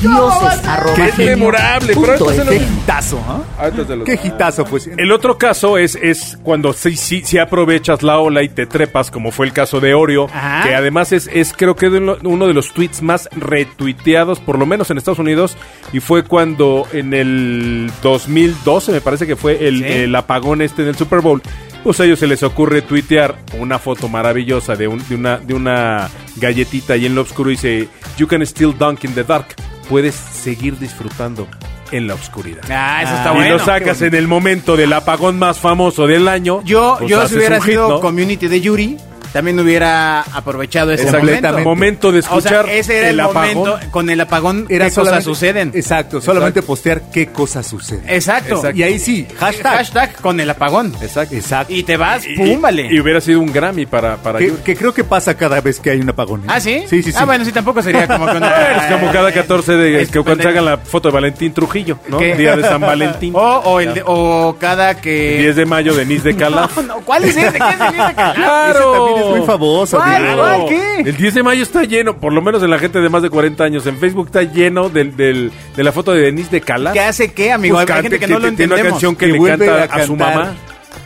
S1: Dioses arroba
S3: Qué
S1: gmail
S4: memorable, pero
S1: punto
S4: esto se lo-
S1: FM.
S3: Hitazo, ¿ah?
S4: Ahorita se los-
S3: Qué hitazo pues. fue. ese.
S4: El otro caso es, es cuando sí, sí, sí aprovechas la ola y te trepas, como fue el caso de Oreo,
S2: Ajá.
S4: que además es, es creo que de uno, uno de los tweets más retuiteados, por lo menos en Estados Unidos, y fue cuando en el 2012, me parece que fue el,
S2: Sí.
S4: el apagón este del Super Bowl, pues a ellos se les ocurre tuitear una foto maravillosa de, un- de, una, de una galletita ahí en lo oscuro y dice, You can still dunk in the dark, puedes seguir disfutando en la oscuridad
S2: Ah, eso está
S4: y
S2: bueno.
S4: lo sacas en el momento del apagón más famoso del año.
S2: Yo,
S4: pues
S2: yo si
S4: haces
S2: hubiera
S4: un hit,
S2: sido
S4: ¿no?
S2: community de Yuri, también hubiera aprovechado ese
S3: Exactamente.
S2: momento.
S4: Momento de escuchar
S2: O sea, ese era el,
S4: el apagón.
S2: momento, con el apagón, ¿qué cosas
S3: solamente-
S2: suceden?
S3: Exacto, solamente postear qué cosas suceden.
S2: Exacto.
S3: Y ahí sí, hashtag.
S2: Hashtag con el apagón.
S3: Exacto. Exacto.
S2: Y te vas,
S4: Y-
S2: pum, vale.
S4: Y hubiera sido un Grammy para, para
S3: que,
S4: Yuri.
S3: que creo que pasa cada vez que hay un apagón. ¿eh?
S2: ¿Ah, sí?
S3: Sí, sí, sí.
S2: Ah, bueno, sí, tampoco sería como que
S4: Es
S2: una... eh,
S4: como cada 14 de
S2: Es
S4: que cuando
S2: pendejo.
S4: se hagan la foto de Valentín Trujillo, ¿no?
S2: ¿Qué?
S4: Día de San Valentín.
S2: O, o, el de- o cada que...
S4: 10 de mayo, Denise de Calaf.
S2: No, ¿Cuál es ese? ¿Qué es el de Calaf?
S4: ¡Claro!
S3: Ese también es muy famoso.
S2: ¿Cuál?
S3: Diego.
S2: ¿Cuál? ¿Qué?
S4: El 10 de mayo está lleno, por lo menos en la gente de más de 40 años. En Facebook está lleno del, del- de la foto de Denise de Calaf.
S2: ¿Qué hace qué, amigo?
S4: Pues
S2: Hay gente que no lo
S4: tiene
S2: entendemos.
S4: una canción que,
S3: que,
S4: le
S3: vuelve
S4: canta
S3: a,
S4: a, su
S3: cantar,
S4: mamá.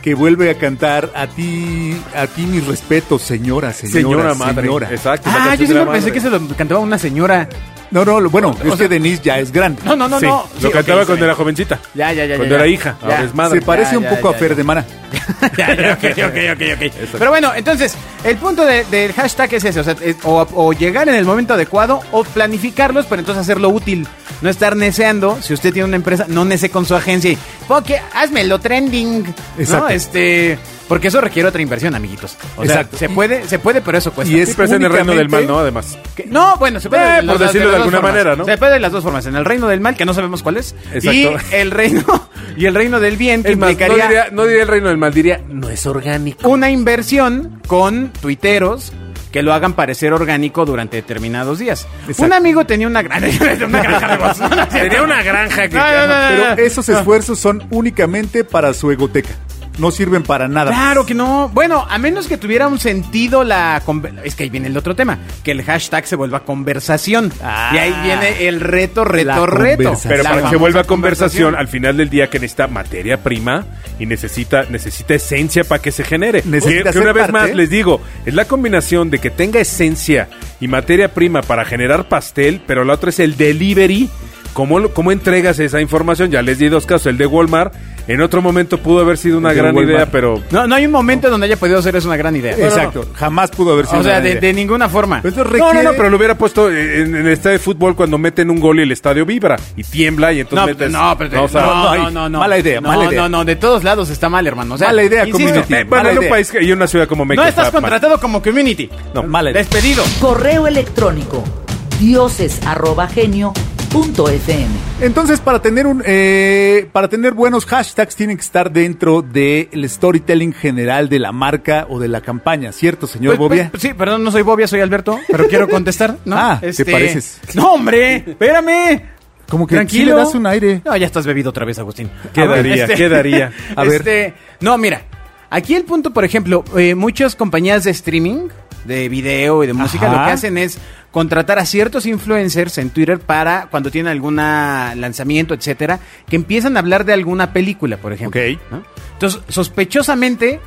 S3: Que vuelve a cantar a ti, a ti mis respetos, señora, señora,
S4: Señora madre.
S3: señora.
S4: Exacto. la
S2: Ah, yo
S4: canción de la
S2: siempre pensé
S4: madre.
S2: que se lo cantaba una señora.
S3: No, no, lo- bueno, es que Denise ya es grande.
S2: No, no, no,
S4: Sí,
S2: no. Sí,
S4: lo
S2: ok,
S4: cantaba
S2: sí,
S4: cuando
S2: me-
S4: era jovencita.
S2: Ya, ya, ya.
S4: Cuando
S2: ya,
S4: era
S2: ya.
S4: hija,
S2: Ya.
S4: ahora es madre.
S3: Se parece
S2: Ya,
S3: un
S2: ya,
S3: poco
S2: ya,
S3: a Fer
S2: ya.
S3: de Mana.
S2: Ya, ya, ok, ok, ok, ok. Pero bueno, entonces, el punto de- del hashtag es ese, o sea, es- o, o llegar en el momento adecuado o planificarlos, pero entonces hacerlo útil. No estar neceando, si usted tiene una empresa, no nece con su agencia y, porque hazmelo trending, ¿no?
S3: Exacto.
S2: Este, porque eso requiere otra inversión, amiguitos. O sea,
S3: Exacto.
S2: se
S3: Y-
S2: puede, se puede, pero eso cuesta.
S3: y
S4: Sí, pues en el reino del mal, ¿no? Además.
S2: Que- No, bueno, se puede.
S4: Eh,
S2: de las-
S4: por decirlo
S2: las
S4: de
S2: dos
S4: alguna
S2: formas.
S4: manera, ¿no?
S2: Se puede de las dos formas. En el reino del mal, que no sabemos cuál es.
S4: Exacto.
S2: Y el reino, y el reino del bien, que
S4: Es más, no
S2: implicaría
S4: diría, no diría el reino del mal, diría no es orgánico.
S2: una inversión con tuiteros que lo hagan parecer orgánico durante determinados días.
S3: Exacto.
S2: Un amigo tenía una, gran, una granja de voz. No, no es cierto.
S4: Tenía una granja que-
S2: No, no, no, no, no.
S4: Ah.
S3: Pero esos esfuerzos son únicamente para su egoteca. No sirven para nada.
S2: Claro que no. Bueno, a menos que tuviera un sentido la... conver- Es que ahí viene el otro tema, que el hashtag se vuelva conversación.
S3: Ah.
S2: y ahí viene el reto, reto,
S3: La
S2: reto.
S3: conversación.
S4: Pero
S2: La
S4: para que
S2: famosa
S4: vuelva a conversación, al final del día que necesita materia prima y necesita, necesita esencia para que se genere.
S3: Necesita
S4: Que- que
S3: ser
S4: una vez
S3: parte.
S4: más les digo, es la combinación de que tenga esencia y materia prima para generar pastel, pero la otra es el delivery. ¿Cómo, lo- ¿Cómo entregas esa información? Ya les di dos casos, el de Walmart. En otro momento pudo haber sido una
S3: El de
S4: gran
S3: Walmart.
S4: idea, pero
S2: No, no hay un momento donde haya podido ser eso una gran idea.
S3: Exacto. Jamás pudo haber sido.
S2: O sea,
S3: una
S2: de,
S3: idea. Pues
S2: de ninguna forma.
S3: Pero esto
S4: No,
S3: requiere-
S4: no, no, pero lo hubiera puesto en, en el estadio de fútbol cuando meten un gol y el estadio vibra y tiembla y entonces
S2: No,
S4: metes.
S2: no, pero
S4: o sea,
S2: no,
S3: ay,
S2: no, no, no.
S3: mala idea, mala
S2: No,
S3: idea.
S2: No, no, de todos lados está mal, hermano. O sea,
S3: Mala idea,
S2: insisto,
S3: community.
S2: eh,
S4: Bueno,
S3: Mala
S4: en un
S3: idea.
S4: país que- y en una ciudad como México.
S2: no estás
S4: está mal.
S2: contratado como community.
S4: No,
S3: mala idea.
S2: Despedido.
S1: Correo electrónico dioses@genio.fm.
S3: Entonces, para tener un, eh, para tener buenos hashtags, tienen que estar dentro del storytelling general de la marca o de la campaña, ¿cierto, señor
S2: Pues,
S3: Bobia?
S2: pues, sí, perdón, no soy Bobia, soy Alberto, pero quiero contestar, ¿no? Este,
S3: Ah, ¿te pareces?
S2: No, hombre, espérame.
S3: Como que sí le das un aire.
S2: No, ya estás bebido otra vez, Agustín.
S4: ¿Qué
S2: A ver,
S4: daría?
S2: este-
S4: ¿Qué daría?
S3: A ver.
S2: Este, no, mira. Aquí el punto, por ejemplo, eh, muchas compañías de streaming, de video y de música,
S3: Ajá.
S2: lo que hacen es contratar a ciertos influencers en Twitter para cuando tienen algún lanzamiento, etcétera, que empiezan a hablar de alguna película, por ejemplo.
S4: Ok.
S2: ¿no? Entonces, sospechosamente,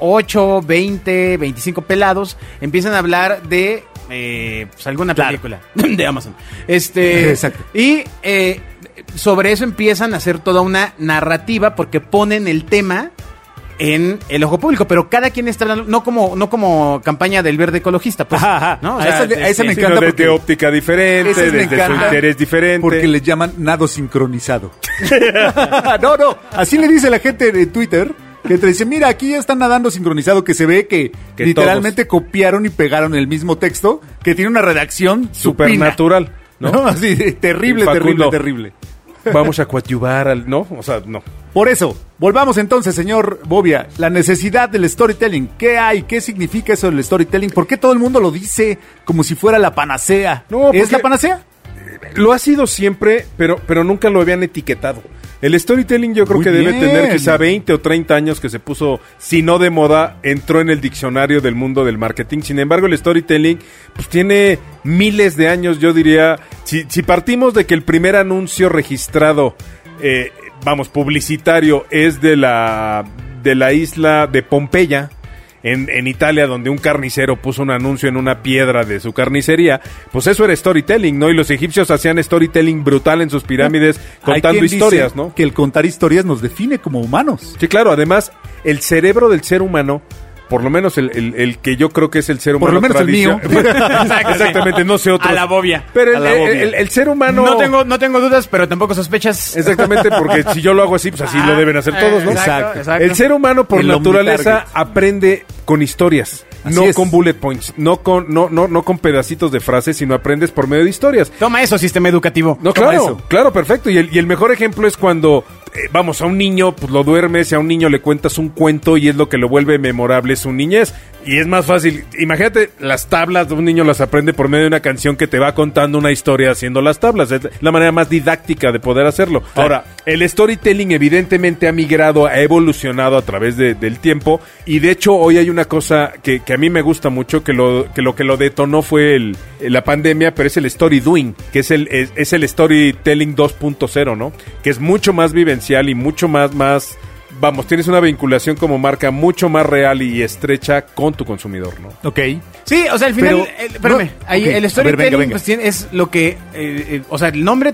S2: 8, 20, 25 pelados empiezan a hablar de eh, pues, alguna película de Amazon. Este,
S3: Exacto.
S2: Y eh, sobre eso empiezan a hacer toda una narrativa porque ponen el tema en el ojo público, pero cada quien está hablando, no como, no como campaña del verde ecologista, pues,
S3: Ajá, ajá.
S2: ¿no? O
S4: Ah,
S3: A
S2: sea,
S3: esa le- a esa
S2: sí, sí.
S3: me
S4: Sino
S3: encanta
S4: desde
S3: porque-
S4: óptica diferente,
S3: Esas me
S4: desde su
S3: encantan
S4: interés diferente.
S3: Porque le llaman nado sincronizado. no, no. Así le dice la gente de Twitter. Que te dice, mira, aquí ya están nadando sincronizado, que se ve que,
S4: Que
S3: literalmente copiaron y pegaron el mismo texto, que tiene una redacción supina.
S4: Supernatural, ¿no?
S3: ¿no? Así, de terrible, terrible,
S4: Facundo.
S3: terrible.
S4: Vamos a coadyuvar al. No, o sea, no.
S3: Por eso, volvamos entonces, señor Bobia, la necesidad del storytelling. ¿Qué hay? ¿Qué significa eso del storytelling? ¿Por qué todo el mundo lo dice como si fuera la panacea?
S4: No,
S3: ¿Es
S4: porque-
S3: la panacea?
S4: Lo ha sido siempre, pero, pero nunca lo habían etiquetado. El storytelling yo creo
S3: Muy
S4: que debe
S3: bien.
S4: tener quizá 20 o 30 años que se puso, si no de moda, entró en el diccionario del mundo del marketing. Sin embargo, el storytelling pues tiene miles de años, yo diría. Si, si partimos de que el primer anuncio registrado, eh, vamos, publicitario, es de la, de la isla de Pompeya, en, en Italia, donde un carnicero puso un anuncio en una piedra de su carnicería, pues eso era storytelling, ¿no? Y los egipcios hacían storytelling brutal en sus pirámides,
S3: Hay
S4: contando
S3: quien dice
S4: historias, ¿no?
S3: Que el contar historias nos define como humanos.
S4: Sí, claro, además, el cerebro del ser humano, por lo menos el, el- el que yo creo que es el ser humano
S3: Por lo menos el mío.
S2: Exacto, sí.
S4: Exactamente, no sé otro.
S2: A la bobia.
S4: Pero
S3: A
S4: el,
S3: la
S4: el-
S3: bobia.
S4: el- el ser humano...
S2: No tengo, no tengo dudas, pero tampoco sospechas.
S4: Exactamente, porque si yo lo hago así, pues así lo deben hacer todos, ¿no?
S2: Exacto, exacto.
S4: El ser humano por
S3: El
S4: naturaleza
S3: omnitarget.
S4: aprende con historias,
S3: Así
S4: no
S3: es.
S4: con bullet points, no con no no no con pedacitos de frases, sino aprendes por medio de historias.
S2: Toma eso, sistema educativo.
S4: No,
S2: Toma
S4: claro,
S2: eso.
S4: claro, perfecto. Y el, y el mejor ejemplo es cuando, eh, vamos, a un niño, pues lo duermes y a un niño le cuentas un cuento y es lo que lo vuelve memorable su niñez. Y es más fácil. Imagínate, las tablas, un niño las aprende por medio de una canción que te va contando una historia haciendo las tablas. Es la manera más didáctica de poder hacerlo. Ahora, el storytelling evidentemente ha migrado, ha evolucionado a través de- del tiempo. Y de hecho, hoy hay una cosa que, que a mí me gusta mucho, que lo que, lo, que lo detonó fue el, la pandemia, pero es el story doing, que es el, es, es el storytelling 2.0, ¿no? Que es mucho más vivencial y mucho más, más vamos, tienes una vinculación como marca mucho más real y estrecha con tu consumidor, ¿no?
S3: Ok.
S2: Sí, o sea, al final,
S3: Pero-
S2: el- espérame,
S3: no,
S2: ahí
S3: ok, a
S2: el
S3: ver,
S2: storytelling
S3: venga, venga.
S2: pues, tiene- es lo que, eh, eh, o sea, el nombre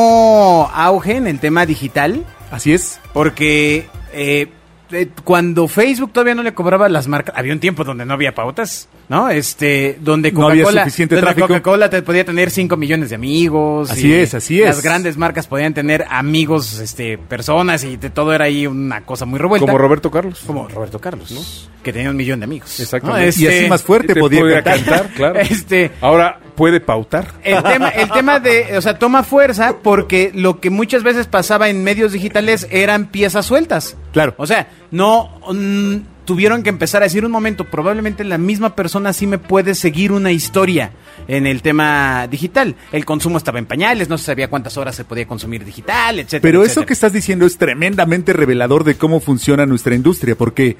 S2: tomó auge en el tema digital
S3: Así es.
S2: porque eh, eh, cuando Facebook todavía no le cobraba las marcas, había un tiempo donde no había pautas, ¿no? Este, donde
S3: No había
S2: Coca-Cola,
S3: suficiente
S2: donde
S3: tráfico.
S2: Coca-Cola te podía tener 5 millones de amigos.
S3: Así
S2: y
S3: es, así es.
S2: Las grandes marcas podían tener amigos, este, personas y de todo era ahí una cosa muy revuelta.
S4: Como Roberto Carlos.
S2: Como Roberto Carlos, ¿no? Que tenía un millón de amigos.
S4: Exactamente.
S2: ¿no?
S3: Y así más fuerte
S4: Te
S3: podía
S4: podía
S3: cantar.
S4: cantar, claro.
S2: Este,
S4: Ahora puede pautar.
S2: el tema, el tema de, o sea, toma fuerza porque lo que muchas veces pasaba en medios digitales eran piezas sueltas.
S3: Claro.
S2: O sea, no mm, tuvieron que empezar a decir un momento, probablemente la misma persona sí me puede seguir una historia en el tema digital. El consumo estaba en pañales, no se sabía cuántas horas se podía consumir digital, etcétera.
S3: Pero eso
S2: etcétera.
S3: que estás diciendo es tremendamente revelador de cómo funciona nuestra industria, porque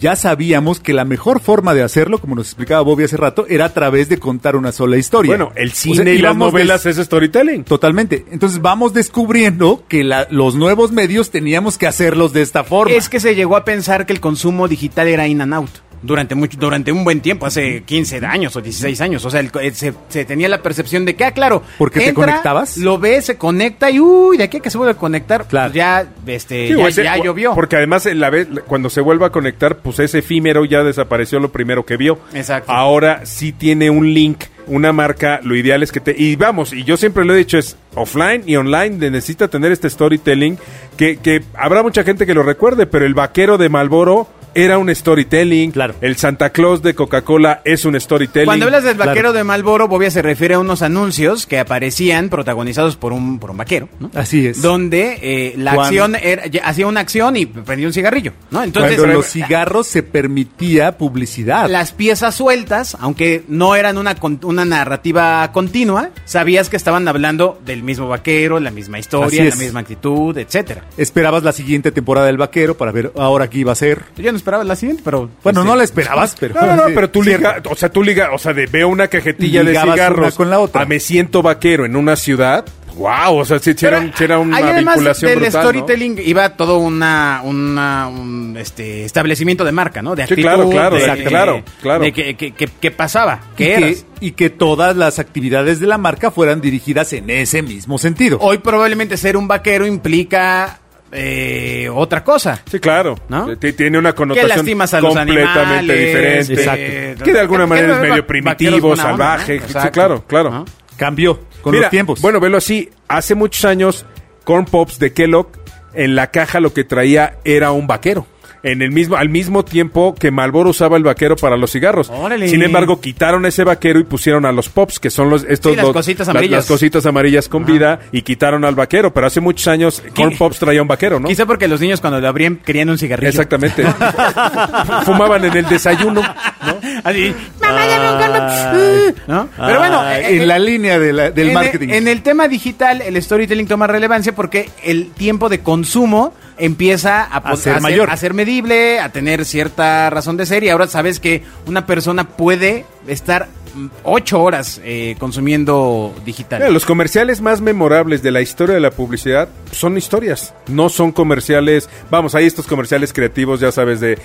S3: ya sabíamos que la mejor forma de hacerlo, como nos explicaba Bobby hace rato, era a través de contar una sola historia.
S4: Bueno, el
S3: O
S4: cine
S3: sea,
S4: y las
S3: íbamos
S4: novelas
S3: des-
S4: es storytelling.
S3: Totalmente. Entonces vamos descubriendo que la- los nuevos medios teníamos que hacerlos de esta forma.
S2: Es que se llegó a pensar que el consumo digital era in and out. Durante, mucho, durante un buen tiempo, hace 15 años o 16 años. O sea, el co- eh, se, se tenía la percepción de que, ah, claro.
S3: Porque te conectabas.
S2: Lo ves, se conecta y, uy, de aquí a que se vuelve a conectar,
S3: Claro.
S2: pues ya, este,
S4: Sí,
S2: ya,
S4: o ese-
S2: ya
S4: o-
S2: llovió.
S4: Porque además en la vez, cuando se vuelva a conectar, pues es efímero, ya desapareció lo primero que vio.
S2: Exacto.
S4: Ahora sí tiene un link, una marca, lo ideal es que te... Y vamos, y yo siempre lo he dicho, es offline y online, de- necesita tener este storytelling, que, que habrá mucha gente que lo recuerde, pero el vaquero de Malboro era un storytelling.
S3: Claro.
S4: El Santa Claus de Coca-Cola es un storytelling.
S2: Cuando hablas del
S3: Claro.
S2: vaquero de Malboro, Bobia se refiere a unos anuncios que aparecían protagonizados por un, por un vaquero, ¿no?
S3: Así es.
S2: Donde eh, la
S3: Cuando-
S2: acción era- ya- hacía una acción y prendía un cigarrillo, ¿no? Entonces,
S3: Cuando los cigarros se permitía publicidad.
S2: las piezas sueltas, aunque no eran una, con- una narrativa continua, sabías que estaban hablando del mismo vaquero, la misma historia,
S3: Así
S2: la
S3: es.
S2: misma actitud, etcétera.
S3: Esperabas la siguiente temporada del Vaquero para ver ahora qué iba a ser.
S2: Yo no esperaba la siguiente, pero...
S3: Bueno,
S2: este,
S3: no la esperabas, pero...
S4: No, no, no, pero tú
S3: Cierto.
S4: liga, o sea, tú liga, o sea, de veo una cajetilla de
S3: Ligabas
S4: cigarros
S3: una con la otra.
S4: a me siento vaquero en una ciudad. Wow, o sea, sí, sí era, un-
S2: Pero
S4: sí era una
S2: ahí además
S4: vinculación
S2: del
S4: brutal, ¿no?
S2: storytelling iba todo una, una un este establecimiento de marca, ¿no? De
S4: Sí,
S2: actitud,
S4: claro, claro,
S2: de,
S4: exacto, claro, claro.
S2: de que, que- que- que pasaba,
S3: y
S2: que
S3: que,
S2: eras.
S3: y que todas las actividades de la marca fueran dirigidas en ese mismo sentido.
S2: Hoy probablemente ser un vaquero implica eh, otra cosa.
S4: Sí, claro.
S2: ¿no?
S4: T- Tiene una
S2: que
S4: connotación
S2: lastimas a los
S4: completamente
S2: animales,
S4: diferente.
S2: eh,
S4: Que de alguna
S2: que-
S4: manera
S2: que
S4: es medio
S2: vaqueros
S4: primitivo,
S2: buena onda,
S4: salvaje.
S2: ¿no?
S4: Sí,
S2: Exacto.
S4: claro, claro.
S2: Ajá.
S3: Cambió con
S4: Mira,
S3: los tiempos.
S4: Bueno, velo así. Hace muchos años, Corn Pops de Kellogg, en la caja lo que traía era un vaquero. En el mismo, al mismo tiempo que Malboro usaba el vaquero para los cigarros.
S2: Órale.
S4: Sin embargo, quitaron ese vaquero y pusieron a los pops, que son los estos
S2: Sí, las
S4: dos-
S2: cositas
S4: la-
S2: amarillas.
S4: las cositas amarillas con vida, y quitaron al vaquero. Pero hace muchos años, Corn Pops traía un vaquero, ¿no?
S2: Quizá porque los niños cuando lo abrían querían un cigarrillo.
S4: Exactamente. Fumaban en el desayuno. ¿no?
S2: Así, mamá, dame un Corn Pops". ¿No? Pero bueno,
S3: Ah,
S2: eh,
S3: en
S2: eh,
S3: la línea de la-
S2: en
S3: del
S2: el-
S3: marketing.
S2: en el tema digital, el storytelling toma relevancia porque el tiempo de consumo empieza a, po-
S3: ser mayor.
S2: a ser medible, a tener cierta razón de ser. Y ahora sabes que una persona puede estar mm, ocho horas eh, consumiendo digital.
S4: Mira, los comerciales más memorables de la historia de la publicidad son historias, no son comerciales. Vamos, hay estos comerciales creativos, ya sabes, de.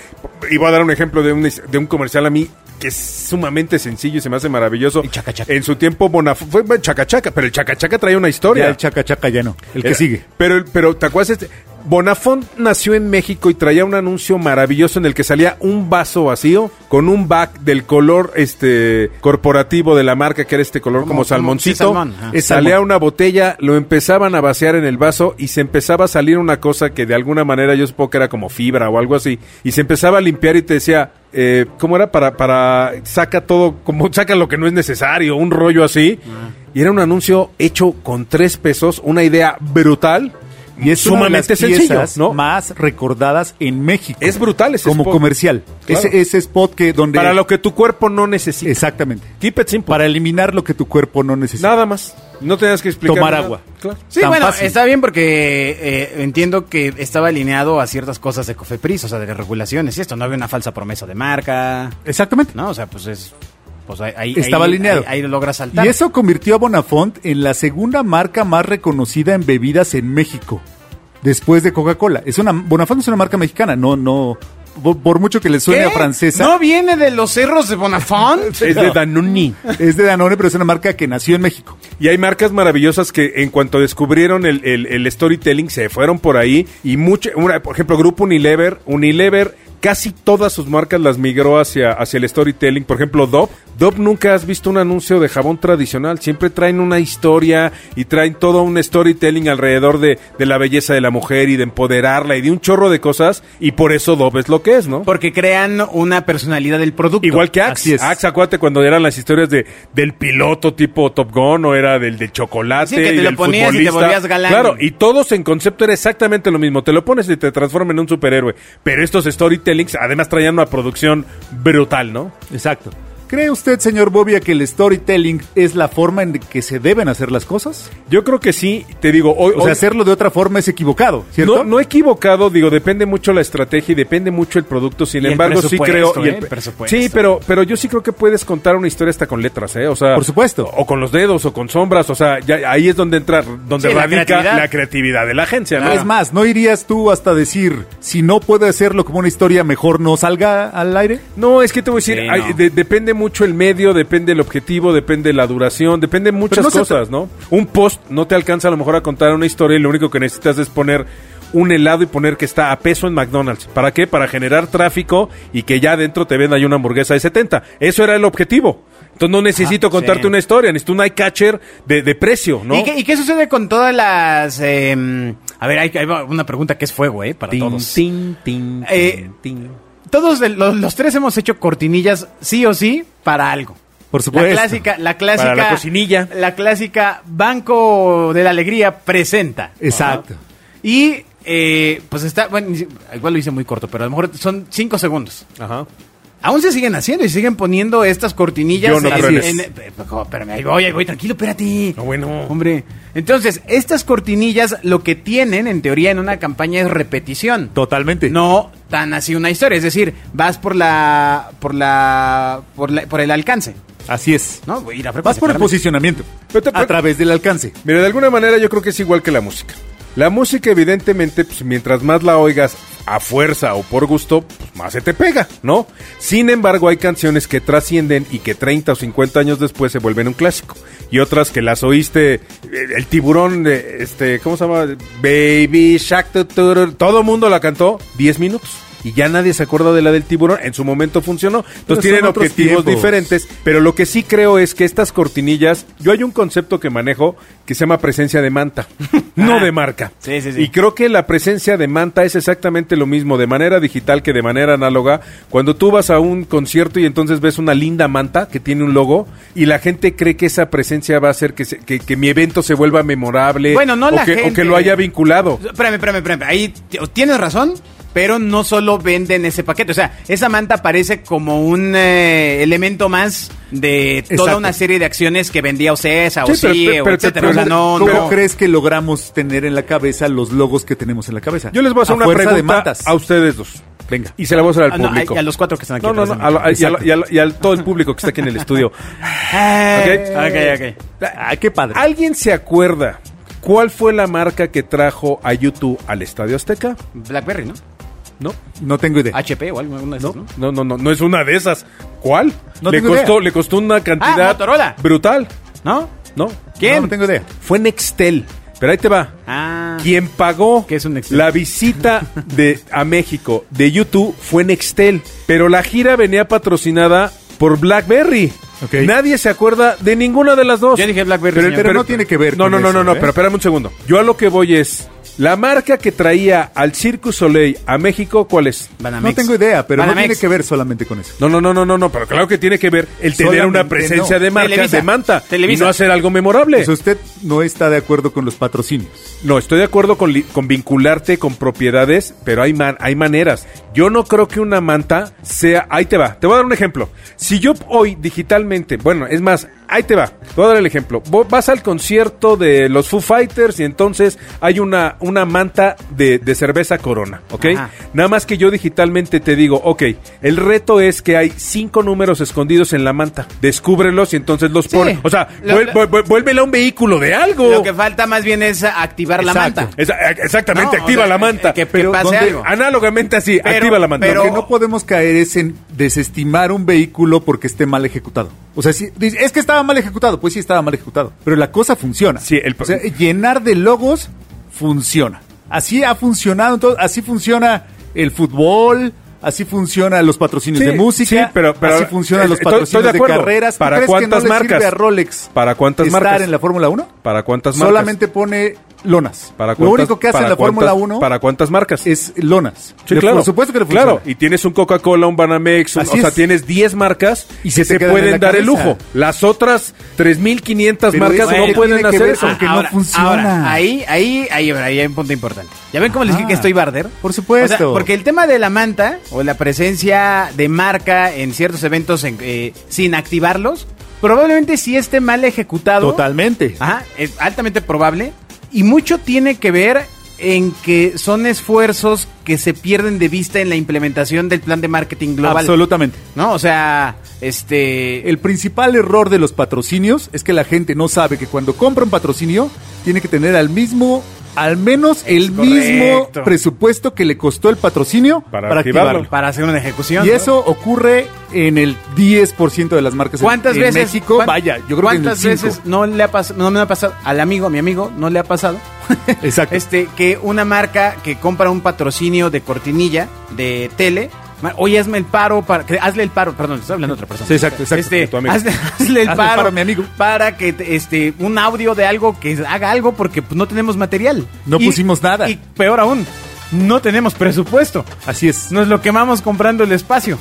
S4: Y voy a dar un ejemplo de un, de un comercial a mí que es sumamente sencillo y se me hace maravilloso.
S2: El Chaca Chaca.
S4: En su tiempo, Bonaf fue bueno, Chaca Chaca, pero el Chaca Chaca traía una historia.
S3: ya el chaca chaca ya no. El que
S4: Era-
S3: sigue.
S4: Pero, pero ¿te acuerdas? Este? Bonafont nació en México y traía un anuncio maravilloso en el que salía un vaso vacío con un back del color este corporativo de la marca, que era este color como,
S2: Como- como- sí,
S4: salmoncito.
S2: salmón, ajá.
S4: Eh, salía una botella, lo empezaban a vaciar en el vaso y se empezaba a salir una cosa que de alguna manera yo supongo que era como fibra o algo así. Y se empezaba a limpiar y te decía, eh, ¿cómo era? Para, para, saca todo, como saca lo que no es necesario, un rollo así.
S3: Ah.
S4: Y era un anuncio hecho con tres pesos, una idea brutal.
S3: Y es
S4: sumamente
S3: una de las
S4: sencillo,
S3: piezas
S4: ¿no?
S3: más recordadas en México.
S4: Es brutal ese
S3: Como
S4: spot.
S3: comercial.
S4: Claro.
S3: Ese, ese spot que donde...
S4: Para lo que tu cuerpo no necesita.
S3: Exactamente.
S4: Keep it simple.
S3: Para eliminar lo que tu cuerpo no necesita.
S4: Nada más. No tenías que explicar.
S3: Tomar
S4: nada.
S3: agua.
S4: Claro.
S2: Sí,
S3: Tan
S2: bueno,
S3: fácil.
S2: está bien porque eh, entiendo que estaba alineado a ciertas cosas de Cofepris, o sea, de las regulaciones y esto. No había una falsa promesa de marca,
S3: Exactamente.
S2: ¿no? O sea, pues es. Pues ahí, ahí-
S3: Estaba
S2: ahí-
S3: alineado.
S2: Ahí, ahí logra saltar.
S3: Y eso convirtió a Bonafont en la segunda marca más reconocida en bebidas en México. después de Coca-Cola. Es una Bonafont es una marca mexicana, no no por, por mucho que le suene a
S2: ¿Qué?
S3: francesa.
S2: ¿No viene de los cerros de Bonafont?
S4: Es de Danone.
S3: Es de Danone, pero es una marca que nació en México.
S4: Y hay marcas maravillosas que en cuanto descubrieron el, el- el storytelling se fueron por ahí y mucho, una- por ejemplo, Grupo Unilever, Unilever casi todas sus marcas las migró hacia, hacia el storytelling. Por ejemplo, Dove. Dove nunca has visto un anuncio de jabón tradicional. Siempre traen una historia y traen todo un storytelling alrededor de, de la belleza de la mujer y de empoderarla y de un chorro de cosas. Y por eso Dove es lo que es, ¿no?
S2: Porque crean una personalidad del producto.
S4: Igual que
S3: Así
S4: Axe.
S3: es.
S4: Axe, acuérdate cuando eran las historias de del piloto tipo Top Gun o era del de chocolate
S2: Sí, que te
S4: y
S2: lo
S4: del
S2: ponías y te
S4: futbolista.
S2: volvías galán.
S4: Claro, y todos en concepto era exactamente lo mismo. Te lo pones y te transforma en un superhéroe. Pero estos storytellings además traían una producción brutal, ¿no?
S3: Exacto. ¿Cree usted, señor Bobia, que el storytelling es la forma en que se deben hacer las cosas?
S4: Yo creo que sí, te digo, hoy,
S3: O sea,
S4: hoy-
S3: hacerlo de otra forma es equivocado, ¿cierto?
S4: No, no equivocado, digo, depende mucho la estrategia y depende mucho el producto. Sin
S2: Y el
S4: embargo, sí
S2: presupuesto,
S4: creo. y
S2: ¿eh? El
S4: pre-
S2: presupuesto.
S4: Sí, pero, pero yo sí creo que puedes contar una historia hasta con letras, ¿eh? O sea.
S3: Por supuesto.
S4: O con los dedos, o con sombras. O sea, ya, ahí es donde entra, donde
S2: Sí, la
S4: radica la
S2: creatividad.
S4: creatividad. de la agencia, ¿no?
S3: Es más, ¿no irías tú hasta decir, si no puede hacerlo como una historia, mejor no salga al aire?
S4: No, es que te voy a decir,
S2: Sí, no.
S4: hay- de- depende mucho el medio, depende el objetivo, depende la duración, depende muchas
S3: no se
S4: cosas, ¿no? Un post no te alcanza a lo mejor a contar una historia y lo único que necesitas es poner un helado y poner que está a peso en McDonald's. ¿Para qué? Para generar tráfico y que ya adentro te venda ahí una hamburguesa de 70. Eso era el objetivo. Entonces no necesito
S2: Ajá,
S4: contarte
S2: Ah, sí.
S4: una historia, necesito un eye catcher de, de precio, ¿no?
S2: ¿Y, qué, y qué sucede con todas las... em, a ver, hay, hay una pregunta que es fuego, ¿eh? Para
S4: Tin,
S2: todos.
S4: tin, tin,
S2: Eh,
S4: tin, tin.
S2: Todos el- los, los tres hemos hecho cortinillas sí o sí para algo.
S3: Por supuesto.
S2: La clásica, la clásica.
S4: Pues, Para la cocinilla.
S2: La clásica Banco de la Alegría presenta.
S3: Exacto.
S2: Ajá. Y eh, pues está, bueno, ni si- igual lo hice muy corto, pero a lo mejor son cinco segundos.
S4: Ajá.
S2: Aún se siguen haciendo y siguen poniendo estas cortinillas.
S4: Yo no creo en eso.
S2: eh, eh, oh, espérame, ahí voy, ahí voy, tranquilo, espérate.
S4: No, bueno.
S2: Hombre. Entonces, estas cortinillas lo que tienen, en teoría, en una campaña es repetición.
S3: Totalmente.
S2: No tan así una historia. Es decir, vas por la. por la. por, la- por el alcance.
S3: Así es.
S2: ¿No? Voy a ir a
S3: Vas
S2: frecuencia,
S3: por el
S2: claramente.
S3: posicionamiento,
S4: Pero te-
S3: a través del alcance.
S4: Mira, de alguna manera yo creo que es igual que la música. La música, evidentemente, pues, mientras más la oigas a fuerza o por gusto, pues, más se te pega, ¿no? Sin embargo, hay canciones que trascienden y que 30 o 50 años después se vuelven un clásico. Y otras que las oíste, eh, el tiburón, eh, este, ¿cómo se llama? Baby Shark, tu, tu, tu, todo mundo la cantó 10 minutos. Y ya nadie se acuerda de la del tiburón, en su momento funcionó.
S3: Pero
S4: Entonces tienen
S3: son otros
S4: objetivos
S3: tiempos.
S4: diferentes diferentes, pero lo que sí creo es que estas cortinillas, yo hay un concepto que manejo que se llama presencia de manta, no de marca.
S2: Sí, sí, sí.
S4: Y creo que la presencia de manta es exactamente lo mismo de manera digital que de manera análoga. Cuando tú vas a un concierto y entonces ves una linda manta que tiene un logo y la gente cree que esa presencia va a hacer que, se- que- que mi evento se vuelva memorable
S2: Bueno, no
S4: o,
S2: la
S4: que, o
S2: gente.
S4: que lo haya vinculado.
S2: Espérame, espérame, espérame. Ahí t- tienes razón, pero no solo venden ese paquete. O sea, esa manta aparece como un eh, elemento más de toda
S3: Exacto.
S2: una serie de acciones que vendía Ocesa,
S4: Sí,
S2: o
S4: pero-
S2: CIE,
S4: pero-
S2: o
S4: pero-
S2: etcétera.
S4: pero-
S2: o sea, no,
S3: ¿Cómo
S2: no.
S3: crees que logramos tener en la cabeza los logos que tenemos en la cabeza?
S4: Yo les voy a hacer una
S3: fuerza de
S4: pregunta
S3: mantas.
S4: a ustedes dos.
S3: Venga.
S4: Y se la voy a hacer al
S2: Ah, no,
S4: público.
S2: a- a los cuatro que están aquí
S4: No, no, no,
S2: atrás de
S4: a
S2: mí.
S4: lo- a- y a lo- y a lo- y al todo el público que está aquí en el estudio.
S2: Eh, ok, Ah, ok.
S3: Ay, qué padre.
S4: ¿Alguien se acuerda cuál fue la marca que trajo a YouTube al Estadio Azteca?
S2: Blackberry, ¿no?
S4: No.
S3: No tengo idea.
S2: HP o algo, alguna de esas, ¿no?
S4: No, no, no, no es una de esas. ¿Cuál?
S3: No
S4: le
S3: tengo idea.
S4: costó, le costó una cantidad
S2: Ah, Motorola.
S4: brutal.
S2: ¿No?
S4: No.
S2: ¿Quién?
S3: No, no tengo idea.
S4: Fue Nextel. Pero ahí te va.
S2: Ah.
S4: Quien pagó
S2: ¿Qué es un Nextel?
S4: la visita de a México de YouTube fue Nextel, pero la gira venía patrocinada por BlackBerry.
S3: Ok.
S4: Nadie se acuerda de ninguna de las dos.
S2: Yo dije BlackBerry,
S4: Pero,
S2: señor.
S4: pero
S3: Pero no tiene que ver
S4: No,
S3: con
S4: no, no,
S3: eso,
S4: no, no,
S3: ¿eh?
S4: pero espérame un segundo. Yo a lo que voy es la marca que traía al Circus Soleil a México, ¿cuál es?
S2: Banamex.
S3: No tengo idea, pero no
S2: Banamex.
S3: tiene que ver solamente con eso.
S4: No, no, no, no, no, no, pero claro que tiene que ver el tener
S3: Solamente
S4: una presencia
S3: no.
S4: de marca,
S2: Televisa.
S4: de manta,
S2: Televisa.
S4: y no hacer algo memorable.
S3: O sea, usted no está de acuerdo con los patrocinios.
S4: No, estoy de acuerdo con, li- con vincularte con propiedades, pero hay, man- hay maneras. Yo no creo que una manta sea... Ahí te va, te voy a dar un ejemplo. Si yo hoy digitalmente, bueno, es más, ahí te va. Te voy a dar el ejemplo. Vos vas al concierto de los Foo Fighters y entonces hay una, una manta de, de cerveza corona, ¿ok?
S2: Ajá.
S4: Nada más que yo digitalmente te digo, ok, el reto es que hay cinco números escondidos en la manta. Descúbrelos y entonces los
S2: Sí.
S4: pones. O sea,
S2: Lo-
S4: vuel-
S2: lo-
S4: vuel- vuélvela un vehículo de algo.
S2: Lo que falta más bien es activar la
S3: Exacto.
S2: manta.
S4: Esa- eh, exactamente,
S2: No, o
S4: activa
S2: sea, eh,
S4: la manta.
S2: que- que pase
S4: donde-
S2: algo.
S4: Análogamente así,
S2: Pero-
S4: activa la manta.
S2: pero-
S3: Lo que no podemos caer es en desestimar un vehículo porque esté mal ejecutado. O sea, si, dice, es que estaba mal ejecutado, pues sí estaba mal ejecutado. Pero la cosa funciona.
S4: Sí, el-
S3: O sea, llenar de logos funciona. Así ha funcionado, entonces, así funciona el fútbol, así funcionan los patrocinios
S4: Sí,
S3: de música,
S4: sí, pero- pero- eh,
S3: así funcionan los
S4: estoy- estoy de
S3: patrocinios de,
S4: acuerdo.
S3: carreras. ¿Tú
S4: ¿Para
S3: crees que no
S4: cuántas
S3: le
S4: marcas?
S3: sirve a Rolex
S4: ¿Para cuántas
S3: estar
S4: marcas?
S3: en la Fórmula 1?
S4: ¿Para cuántas marcas?
S3: Solamente pone lonas.
S4: ¿Para
S3: Lo
S4: cuántas-
S3: único que hace
S4: para
S3: en la Fórmula
S4: cuántas-
S3: 1
S4: ¿Para cuántas marcas?
S3: es lonas.
S4: Sí,
S3: Le-
S4: claro.
S3: Por supuesto que le funciona.
S4: Claro, y tienes un Coca-Cola, un Banamex, un-
S3: Así
S4: o sea,
S3: es.
S4: tienes 10 marcas
S3: Y
S4: y
S3: se
S4: se
S3: te
S4: te
S3: quedan en la
S4: pueden dar el
S3: cabeza.
S4: lujo. Las otras 3.500
S3: Pero
S4: marcas
S3: eso
S4: no
S3: tiene
S4: pueden
S3: que
S4: hacer
S3: ver
S4: eso.
S3: con que no funciona.
S2: Ah, ahora, ahí, ahí, ahí, ahora, ahí hay un punto importante. ¿Ya ven cómo les dije
S3: Ah,
S2: que estoy barder?
S3: por supuesto.
S2: O sea, porque el tema de la manta o la presencia de marca en ciertos eventos en- eh, sin activarlos, probablemente sí esté mal ejecutado.
S3: Totalmente.
S2: Ajá, es altamente probable. Y mucho tiene que ver en que son esfuerzos que se pierden de vista en la implementación del plan de marketing global.
S3: Absolutamente.
S2: ¿No? O sea, este.
S3: El principal error de los patrocinios es que la gente no sabe que cuando compra un patrocinio tiene que tener al mismo, al menos el mismo
S2: correcto.
S3: presupuesto que le costó el patrocinio para,
S4: Para
S3: activarlo.
S4: activarlo.
S2: para hacer una ejecución.
S3: Y
S2: ¿no?
S3: eso ocurre en el 10% de las marcas en-
S2: ¿Cuántas
S3: en
S2: veces?
S3: México.
S2: cuán-
S3: Vaya, yo creo que en el
S2: ¿Cuántas
S3: 5.
S2: veces no le ha pasado, no me ha pasado, al amigo, a mi amigo, no le ha pasado?
S3: Exacto.
S2: Este, que una marca que compra un patrocinio de cortinilla, de tele, ma- oye, hazme el paro para, que- hazle el paro, perdón, estoy hablando de otra
S4: Ah,
S2: persona.
S3: Sí, exacto, exacto,
S2: Este,
S4: de tu amigo.
S2: hazle, hazle el
S3: Hazme el
S2: paro,
S3: paro, mi amigo.
S2: Para que, te- este, un audio de algo que haga algo porque pues, no tenemos material.
S3: No pusimos nada.
S2: Y pues, peor aún, no tenemos presupuesto.
S3: Así es.
S2: Nos lo quemamos comprando el espacio.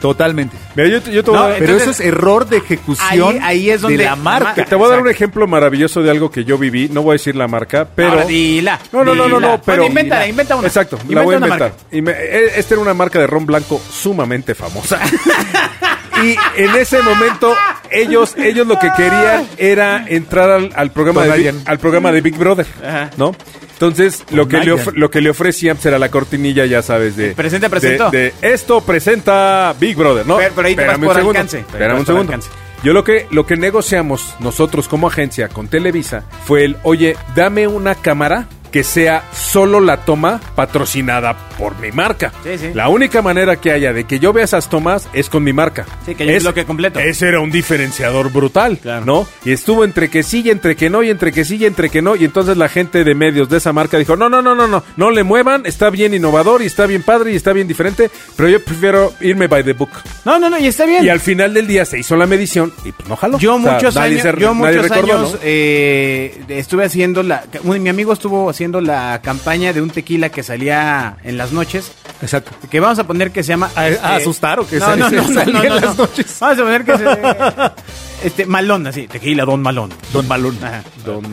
S3: Totalmente.
S4: Mira, yo, te- yo te voy
S2: No,
S4: a dar-
S3: Pero
S2: Entonces,
S3: eso es error de ejecución
S2: ahí- ahí es donde-
S3: de la marca.
S2: Ah,
S4: te voy a dar
S2: exacto.
S4: un ejemplo maravilloso de algo que yo viví. No voy a decir la marca, pero.
S2: Ahora, dila,
S4: No, no, no, no,
S2: dila.
S4: no, pero.
S2: Bueno, invéntala, inventa una.
S4: Exacto,
S2: Inventa
S4: la voy a
S2: una
S4: inventar.
S2: marca.
S4: Y me- e- esta era una marca de ron blanco sumamente famosa. y en ese momento, ellos, ellos lo que querían era entrar al, al programa,
S3: Don
S4: de Big,
S3: Ryan.
S4: al programa de Big Brother, ¿no? Entonces, lo que, le
S3: Ryan.
S4: of- lo que le ofrecían será la cortinilla, ya sabes, de...
S2: Presenta,
S4: de-
S2: presentó.
S4: de esto presenta Big Brother, ¿no?
S2: Pero- pero ahí te vas
S4: Espérame un
S2: por
S4: segundo,
S2: alcance. Ahí
S4: Espérame
S2: vas
S4: un
S2: por
S4: segundo.
S2: alcance.
S4: Yo lo que, lo que negociamos nosotros como agencia con Televisa fue el, oye, dame una cámara que sea solo la toma patrocinada por mi marca.
S2: Sí, sí.
S4: La única manera que haya de que yo vea esas tomas es con mi marca.
S2: Sí, que haya un
S4: Es-
S2: bloque completo.
S4: Ese era un diferenciador brutal,
S2: Claro.
S4: ¿no? Y estuvo entre que sí y entre que no y entre que sí y entre que no. Y entonces la gente de medios de esa marca dijo, no, no, no, no, no, no le muevan, está bien innovador y está bien padre y está bien diferente, pero yo prefiero irme by the book.
S2: No, no, no, y está bien.
S4: Y al final del día se hizo la medición y pues no jaló.
S2: Yo
S4: O sea,
S2: muchos
S4: nadie
S2: años,
S4: se-
S2: yo
S4: nadie
S2: muchos
S4: recordó,
S2: años
S4: ¿no?
S2: eh, estuve haciendo la, un- mi amigo estuvo haciendo la campaña de un tequila que salía en las noches,
S3: Exacto.
S2: que vamos a poner que se llama
S3: ¿A- a asustar o qué?
S2: No, no, no, no,
S3: Salía
S2: no,
S3: en
S2: no,
S3: las
S2: no.
S3: noches.
S2: Vamos a poner que se este Malón así, tequila Don Malón.
S3: Don Malón.
S2: Ajá.
S4: Don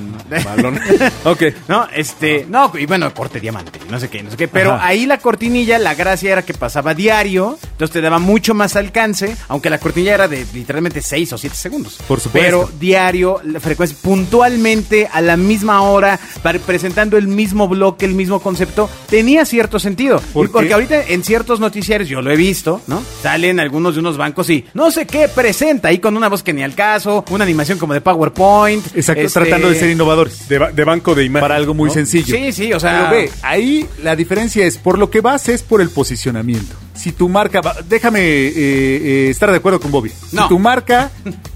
S4: Malón. ok.
S2: No, este, no, y bueno, corte diamante, no sé qué, no sé qué, pero
S3: Ajá.
S2: ahí la cortinilla, la gracia era que pasaba diario, entonces te daba mucho más alcance, aunque la cortinilla era de literalmente 6 o 7 segundos.
S3: Por supuesto.
S2: Pero diario, la frecuencia, puntualmente, a la misma hora, para- presentando el mismo bloque, el mismo concepto, tenía cierto sentido.
S3: ¿Por
S2: Y porque
S3: qué?
S2: ahorita en ciertos noticiarios, yo lo he visto, ¿no? Salen algunos de unos bancos y no sé qué presenta, ahí con una voz que ni al caso, una animación como de PowerPoint.
S3: Exacto,
S2: este,
S3: tratando de ser innovadores.
S4: De, ba- de banco de imagen.
S3: para algo muy
S4: ¿no?
S3: sencillo.
S2: Sí, sí, o sea-
S3: Pero ve, ahí la diferencia es por lo que vas es por el posicionamiento. Si tu marca, va- déjame eh, eh, estar de acuerdo con Bobby.
S2: No.
S3: Si tu marca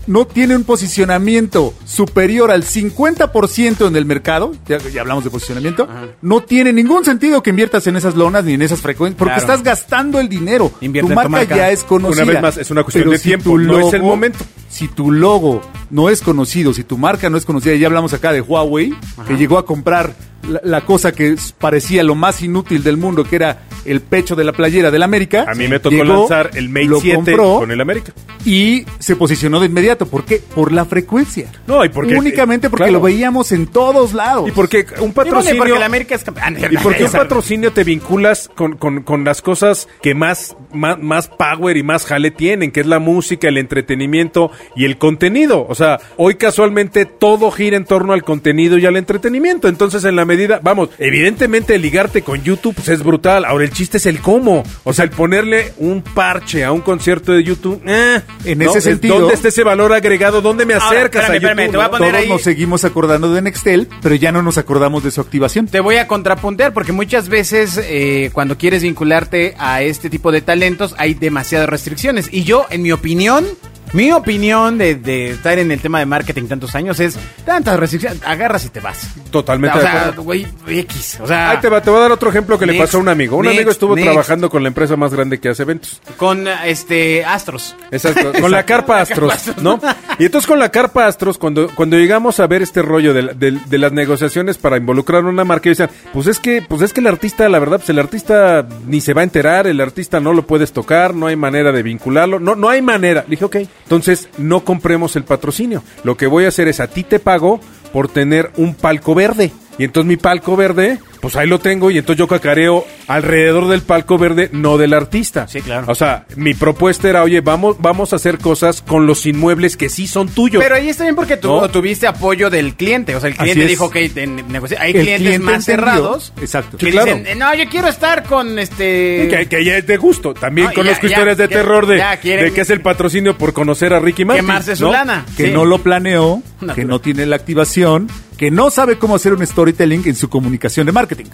S3: no tiene un posicionamiento superior al 50% en el mercado, ya, ya hablamos de posicionamiento, no tiene ningún sentido que inviertas en esas lonas ni en esas frecuencias, porque
S2: Claro.
S3: estás gastando el dinero.
S2: Invierte
S3: tu
S2: en
S3: marca,
S2: tu marca.
S3: ya es conocida.
S4: Una vez más, es una cuestión
S3: Pero
S4: de
S3: si
S4: tiempo,
S3: tu
S4: no es el momento.
S3: si tu logo no es conocido, si tu marca no es conocida, ya hablamos acá de Huawei, que llegó a comprar la, la cosa que s- parecía lo más inútil del mundo, que era el pecho de la playera del América.
S4: A mí me tocó
S3: llegó,
S4: lanzar el Mate
S3: lo
S4: 7
S3: compró Pues,
S4: con el América.
S3: y se posicionó de inmediato. ¿Por qué? Por la frecuencia.
S4: No, y porque-
S3: Únicamente porque
S4: claro.
S3: lo veíamos en todos lados.
S4: Y porque un patrocinio...
S6: Y porque la América es campeón. Ah,
S4: ¿Y por qué un patrocinio te vinculas con, con- con las cosas que más, más, más power y más jale tienen, que es la música, el entretenimiento y el contenido? O sea, hoy casualmente todo gira en torno al contenido y al entretenimiento. Entonces, en la medida, vamos, evidentemente ligarte con YouTube pues, es brutal. Ahora, el chiste es el cómo. O sea, el ponerle un parche a un concierto de YouTube. eh,
S3: En ese
S4: Es-
S3: sentido-
S4: ¿Dónde está ese valor agregado? ¿Dónde me
S6: Ahora,
S4: acercas
S6: espérame,
S4: a
S6: espérame,
S4: YouTube?
S6: te voy a
S4: no?
S6: poner-
S3: todos
S6: ahí-
S3: nos seguimos acordando de Nextel, pero ya no nos acordamos de su activación.
S2: Te voy a contrapuntear porque muchas veces eh, cuando quieres vincularte a este tipo de talentos hay demasiadas restricciones. Y yo, en mi opinión, mi opinión de, de estar en el tema de marketing tantos años es tantas restricciones, agarras y te vas.
S4: Totalmente
S2: O
S4: de
S2: sea,
S4: acuerdo.
S2: güey, X. O sea,
S4: Ahí te va, te voy a dar otro ejemplo que le
S2: Next,
S4: pasó a un amigo. Un
S2: next,
S4: amigo estuvo
S2: next.
S4: trabajando con la empresa más grande que hace eventos.
S2: con este Astros.
S4: Exacto, con la carpa Astros, ¿no? Y entonces con la carpa Astros, cuando, cuando llegamos a ver este rollo de, la- de- de las negociaciones para involucrar una marca, y decían, pues es que, pues es que el artista, la verdad, pues el artista ni se va a enterar, el artista no lo puedes tocar, no hay manera de vincularlo, no, no hay manera. Le dije, ok, entonces no compremos el patrocinio. Lo que voy a hacer es a ti te pago por tener un palco verde. Y entonces mi palco verde, pues ahí lo tengo y entonces yo cacareo alrededor del palco verde, no del artista.
S2: Sí, claro.
S4: O sea, mi propuesta era, oye, vamos, vamos a hacer cosas con los inmuebles que sí son tuyos.
S2: Pero ahí está bien porque tú
S4: ¿No?
S2: tuviste apoyo del cliente. O sea, el
S3: Así
S2: cliente
S3: es.
S2: dijo, ok, te negocia- hay
S3: El
S2: clientes
S3: cliente
S2: más
S3: entendió.
S2: cerrados.
S3: Exacto.
S2: Que
S4: Sí, claro.
S2: dicen, no, yo quiero estar con este...
S4: que, que ya es de gusto. También
S2: No,
S4: conozco
S2: ya, ya,
S4: historias de
S2: ya,
S4: terror de,
S2: ya quieren-
S4: de que es el patrocinio por conocer a Ricky Martin.
S2: Quemarse su
S4: ¿no?
S2: lana.
S3: que
S2: Sí.
S3: no lo planeó,
S2: Natural.
S3: que no tiene la activación, que no sabe cómo hacer un storytelling en su comunicación de marketing.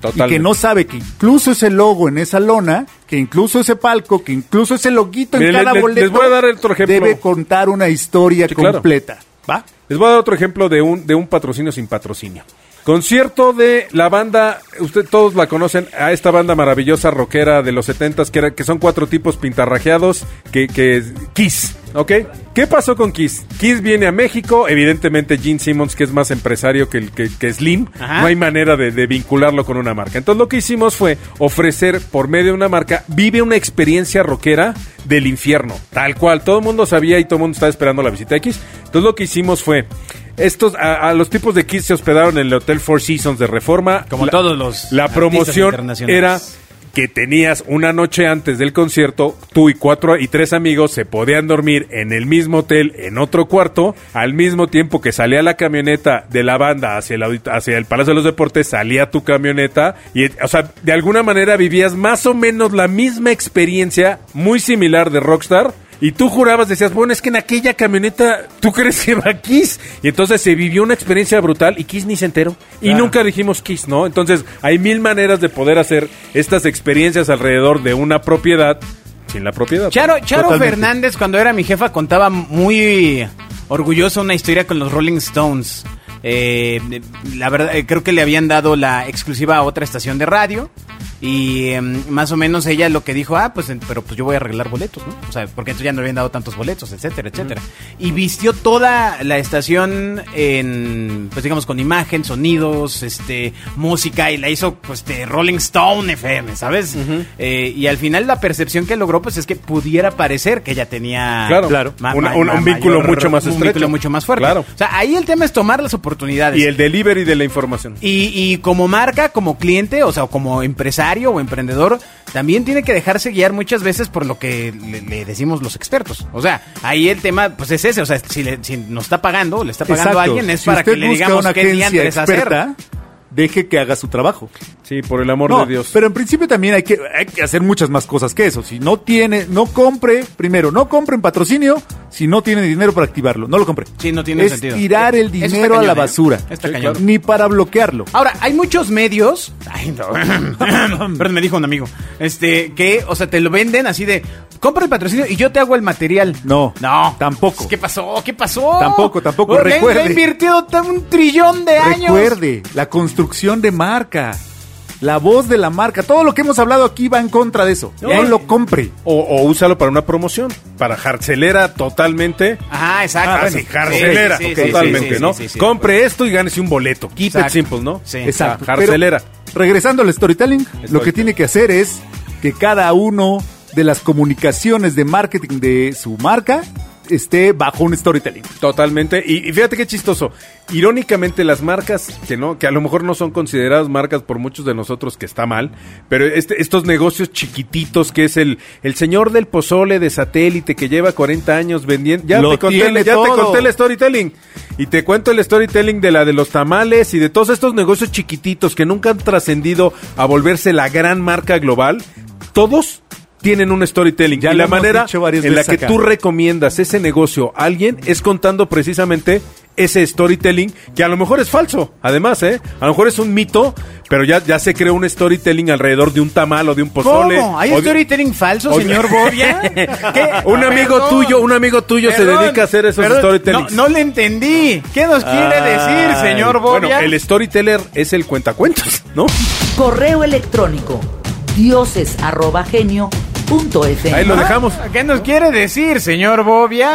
S4: Totalmente.
S3: Y que no sabe que incluso ese logo en esa lona, que incluso ese palco, que incluso ese loguito en
S4: Miren,
S3: cada
S4: le- le-
S3: boleto
S4: les voy a dar otro ejemplo.
S3: debe contar una historia
S4: Sí, claro.
S3: completa. ¿Va?
S4: Les voy a dar otro ejemplo de un, de un patrocinio sin patrocinio. Concierto de la banda, usted todos la conocen, a esta banda maravillosa rockera de los 70s, que, era- que son cuatro tipos pintarrajeados, que, que es Kiss, ¿ok? ¿Qué pasó con Kiss? Kiss viene a México, evidentemente Gene Simmons, que es más empresario que, el- que, que Slim,
S2: Ajá.
S4: no hay manera de, de vincularlo con una marca. Entonces lo que hicimos fue ofrecer por medio de una marca, vive una experiencia rockera del infierno, tal cual. Todo el mundo sabía y todo el mundo estaba esperando la visita de Kiss. Entonces lo que hicimos fue, estos, a, a los tipos de Kiss se hospedaron en el Hotel Four Seasons de Reforma.
S2: Como
S4: La-
S2: todos los
S4: La
S2: artistas
S4: promoción
S2: internacionales.
S4: era que tenías una noche antes del concierto, tú y cuatro y tres amigos se podían dormir en el mismo hotel, en otro cuarto, al mismo tiempo que salía la camioneta de la banda hacia el, audit- hacia el Palacio de los Deportes, salía tu camioneta, y, o sea, de alguna manera vivías más o menos la misma experiencia, muy similar de Rockstar, y tú jurabas, decías, bueno, es que en aquella camioneta tú crees que va Kiss. Y entonces se vivió una experiencia brutal y Kiss ni se enteró. Y nunca dijimos Kiss, ¿no? Entonces hay mil maneras de poder hacer estas experiencias alrededor de una propiedad sin la propiedad.
S2: Charo, Charo
S3: Totalmente.
S2: Fernández, cuando era mi jefa, contaba muy orgullosa una historia con los Rolling Stones. Eh, la verdad, eh, creo que le habían dado la exclusiva a otra estación de radio. Y em, más o menos ella lo que dijo, ah, pues, en- pero pues yo voy a arreglar boletos, ¿no? O sea, porque entonces ya no habían dado tantos boletos, etcétera, etcétera. Y vistió toda la estación en, pues digamos, con imagen, sonidos, este, música, y la hizo, pues, de Rolling Stone FM, ¿sabes? Eh, y al final la percepción que logró, pues, es que pudiera parecer que ella tenía...
S4: Claro, claro. Una- un- un vínculo mucho más
S2: Un
S4: estrecho.
S2: vínculo mucho más fuerte.
S4: Claro.
S2: O sea, ahí el tema es tomar las oportunidades.
S4: Y el delivery de la información.
S2: Y, y como marca, como cliente, o sea, como empresario o emprendedor, también tiene que dejarse guiar muchas veces por lo que le, le decimos los expertos. O sea, ahí el tema, pues es ese. O sea, si, le- si nos está pagando, le está pagando
S3: Exacto.
S2: a alguien, es
S3: Si
S2: para
S3: usted
S2: que le
S3: busca
S2: digamos
S3: una
S2: qué
S3: agencia
S2: diantres hacer.
S3: experta, deje que haga su trabajo.
S4: Sí, por el amor
S3: No,
S4: de Dios.
S3: Pero en principio también hay que, hay que hacer muchas más cosas que eso. Si no tiene, no compre, primero, no compren patrocinio si no tiene dinero para activarlo. No lo compre.
S2: Sí, no tiene
S3: es
S2: sentido.
S3: tirar el
S2: Eso está
S3: dinero a
S2: cañón,
S3: la
S2: ¿eh?
S3: basura.
S2: Está cañón.
S4: claro.
S3: Ni para bloquearlo.
S2: Ahora, hay muchos medios. Ay, no. Perdón, me dijo un amigo. Este, que, o sea, te lo venden así de. Compra el patrocinio y yo te hago el material.
S3: No,
S2: No.
S3: tampoco.
S2: ¿Qué pasó? ¿Qué pasó?
S3: Tampoco, tampoco,
S2: Oh, le- Le
S3: recuerde.
S2: he invertido t- un trillón de años.
S3: Recuerde, la construcción de marca. la voz de la marca. Todo lo que hemos hablado aquí va en contra de eso. No,
S4: No.
S3: lo compre.
S4: O, o úsalo para una promoción, para jarcelera totalmente.
S2: Ajá, exacto.
S4: Ah,
S2: Sí,
S4: sí, jarcelera,
S2: sí, sí, sí,
S4: totalmente,
S2: sí, sí,
S4: ¿no?
S2: sí, sí.
S4: Compre esto y gánese un boleto. Keep
S2: Exacto.
S4: it simple, ¿no?
S2: Sí.
S3: Exacto.
S4: Ah, Jarcelera.
S3: Pero, regresando al storytelling, lo que tiene que hacer es que cada uno de las comunicaciones de marketing de su marca esté bajo un storytelling.
S4: Totalmente. Y, y fíjate qué chistoso. Irónicamente, las marcas que no, que a lo mejor no son consideradas marcas por muchos de nosotros, que está mal, pero este, estos negocios chiquititos que es el, el señor del pozole de satélite que lleva 40 años vendiendo. Ya,
S3: Lo
S4: te conté,
S3: tiene
S4: ya te
S3: todo.
S4: conté el storytelling. Y te cuento el storytelling de la de los tamales y de todos estos negocios chiquititos que nunca han trascendido a volverse la gran marca global. Todos tienen un storytelling.
S3: Ya
S4: y
S3: lo
S4: la
S3: hemos
S4: manera
S3: dicho varias
S4: en la
S3: veces
S4: que
S3: acá.
S4: tú recomiendas ese negocio a alguien es contando precisamente ese storytelling que a lo mejor es falso, además, ¿eh? A lo mejor es un mito, pero ya, ya se creó un storytelling alrededor de un tamal o de un pozole.
S2: ¿Cómo? ¿Hay
S4: o de-
S2: storytelling falso,
S4: o de-
S2: señor Bobia? ¿Qué? Ah,
S4: Un amigo
S2: Perdón.
S4: tuyo, un amigo tuyo se
S2: Perdón,
S4: dedica a hacer esos
S2: perdón,
S4: storytelling.
S2: No, no le entendí. ¿Qué nos quiere decir, señor Bobia?
S4: Bueno, el storyteller es el cuentacuentos, ¿no?
S1: Correo electrónico dioses.genio.fm.
S4: Ahí lo dejamos.
S2: ¿Qué nos quiere decir, señor Bobia?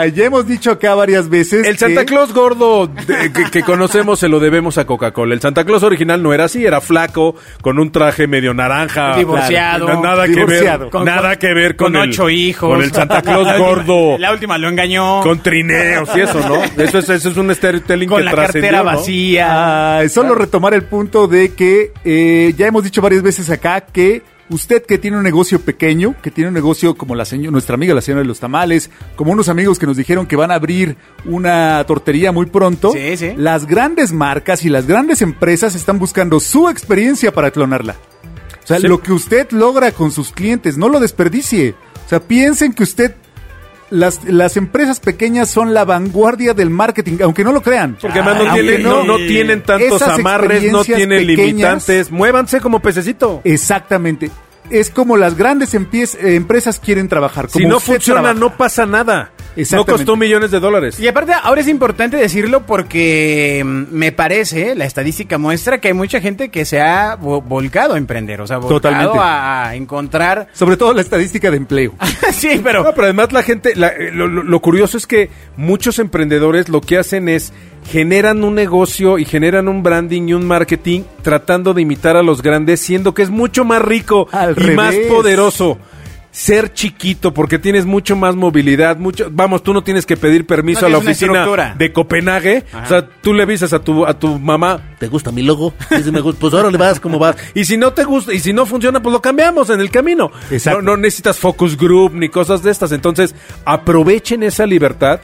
S3: Ah, ya hemos dicho acá varias veces.
S4: El Santa
S3: que-
S4: Claus gordo de- que, que conocemos se lo debemos a Coca-Cola. El Santa Claus original no era así, era flaco, con un traje medio naranja.
S2: Divorciado.
S4: Claro, nada
S3: Divorciado.
S4: que ver. nada que ver con, el-
S2: ocho hijos.
S4: Con el Santa Claus
S2: La última-
S4: gordo.
S2: La última lo engañó.
S4: Con trineos y eso, ¿no? Eso es, eso es un storytelling
S2: con
S4: que
S2: la
S4: trascendió,
S2: cartera
S4: ¿no?
S2: vacía.
S3: Ah, solo retomar el punto de que eh, ya hemos dicho varias veces acá que usted que tiene un negocio pequeño, que tiene un negocio como la seño- nuestra amiga la señora de los tamales, como unos amigos que nos dijeron que van a abrir una tortería muy pronto,
S2: Sí, sí.
S3: las grandes marcas y las grandes empresas están buscando su experiencia para clonarla. O sea,
S4: Sí.
S3: lo que usted logra con sus clientes, no lo desperdicie. O sea, piensen que usted... Las, las empresas pequeñas son la vanguardia del marketing, aunque no lo crean.
S4: Porque además no,
S2: Aunque
S4: tienen, no,
S2: no.
S4: no tienen tantos
S3: eh, Esas
S4: amarres, no
S3: experiencias
S4: tienen
S3: pequeñas-
S4: limitantes. Muévanse como pececito.
S3: Exactamente. Es como las grandes empie- eh, empresas quieren trabajar. Como
S4: Si no
S3: usted
S4: funciona,
S3: trabaja.
S4: no pasa nada. No
S3: Exactamente.
S4: costó millones de dólares.
S2: Y aparte, ahora es importante decirlo porque mm, me parece, la estadística muestra que hay mucha gente que se ha vo- volcado a emprender, o sea, volcado
S3: Totalmente.
S2: a a encontrar...
S3: Sobre todo la estadística de empleo.
S2: sí, pero...
S4: No, pero además la gente, la- eh, lo, lo- lo curioso es que muchos emprendedores lo que hacen es generan un negocio y generan un branding y un marketing tratando de imitar a los grandes, siendo que es mucho más rico
S3: Al
S4: y más
S3: revés.
S4: poderoso. Ser chiquito porque tienes mucho más movilidad, mucho, vamos, tú no tienes que pedir permiso
S2: No
S4: a la
S2: tienes una estructura.
S4: oficina de Copenhague, o sea, tú le avisas a tu a tu mamá, ¿te gusta mi logo? Dice, "Me gusta". pues ahora le vas como vas. Y si no te gusta y si no funciona, pues lo cambiamos en el camino.
S3: Exacto.
S4: No, no necesitas focus group ni cosas de estas. Entonces, aprovechen esa libertad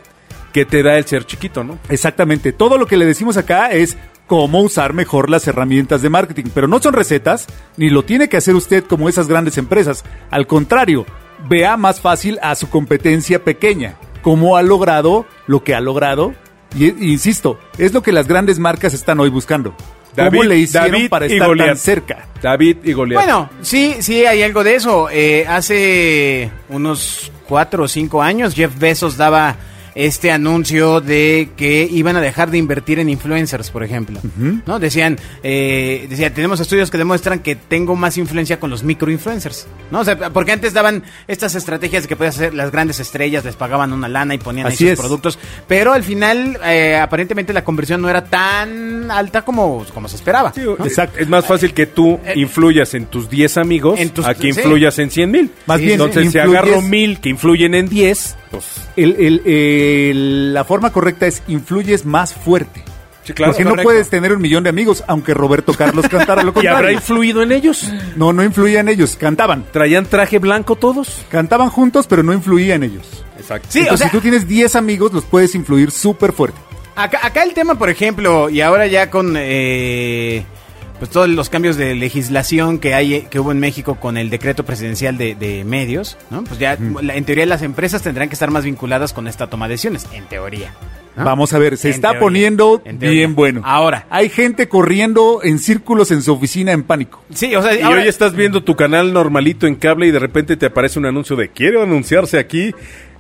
S4: que te da el ser chiquito, ¿no?
S3: Exactamente. Todo lo que le decimos acá es cómo usar mejor las herramientas de marketing. Pero no son recetas, ni lo tiene que hacer usted como esas grandes empresas. Al contrario, vea más fácil a su competencia pequeña. Cómo ha logrado lo que ha logrado. Y e- insisto, es lo que las grandes marcas están hoy buscando. ¿Cómo le hicieron
S4: David
S3: para
S4: y
S3: estar
S4: Goliat.
S3: tan cerca?
S4: David y Goliat.
S2: Bueno, sí, sí hay algo de eso. Eh, hace unos cuatro o cinco años Jeff Bezos daba este anuncio de que iban a dejar de invertir en influencers, por ejemplo. ¿No? Decían, eh, decía, tenemos estudios que demuestran que tengo más influencia con los microinfluencers. ¿No? O sea, porque antes daban estas estrategias de que podías hacer las grandes estrellas, les pagaban una lana y ponían ahí
S3: Así
S2: sus
S3: es.
S2: productos. Pero al final, eh, aparentemente la conversión no era tan alta como, como se esperaba.
S4: Sí,
S2: ¿no?
S4: Exacto. Es más fácil que tú influyas en tus 10 amigos
S2: En tus-
S4: a que
S2: sí.
S4: influyas en 100 mil.
S3: Más bien,
S4: Entonces, si
S3: influyes-
S4: agarro mil que influyen en 10, pues
S3: El- el- el- la forma correcta es influyes más fuerte.
S4: Sí, claro,
S3: Porque no
S4: correcto.
S3: puedes tener un millón de amigos, aunque Roberto Carlos cantara lo
S4: ¿Y habrá
S3: contrario.
S4: influido en ellos?
S3: No, no influían ellos, cantaban.
S4: ¿Traían traje blanco todos?
S3: Cantaban juntos, pero no influían ellos.
S4: Exacto.
S2: Sí,
S3: Entonces,
S2: o sea-
S3: si tú tienes 10 amigos, los puedes influir súper fuerte.
S2: Acá, acá el tema, por ejemplo, y ahora ya con eh, pues todos los cambios de legislación que hay que hubo en México con el decreto presidencial de, de medios, ¿no? Pues ya la- en teoría las empresas tendrán que estar más vinculadas con esta toma de decisiones, en teoría. ¿no?
S3: Vamos a ver, se
S2: Ah. En
S3: está
S2: teoría,
S3: poniendo
S2: en teoría.
S3: bien bueno.
S2: Ahora.
S3: Hay gente corriendo en círculos en su oficina en pánico.
S2: Sí, o sea,
S4: Y
S2: ahora-
S4: hoy estás viendo tu canal normalito en cable y de repente te aparece un anuncio de quiero anunciarse aquí.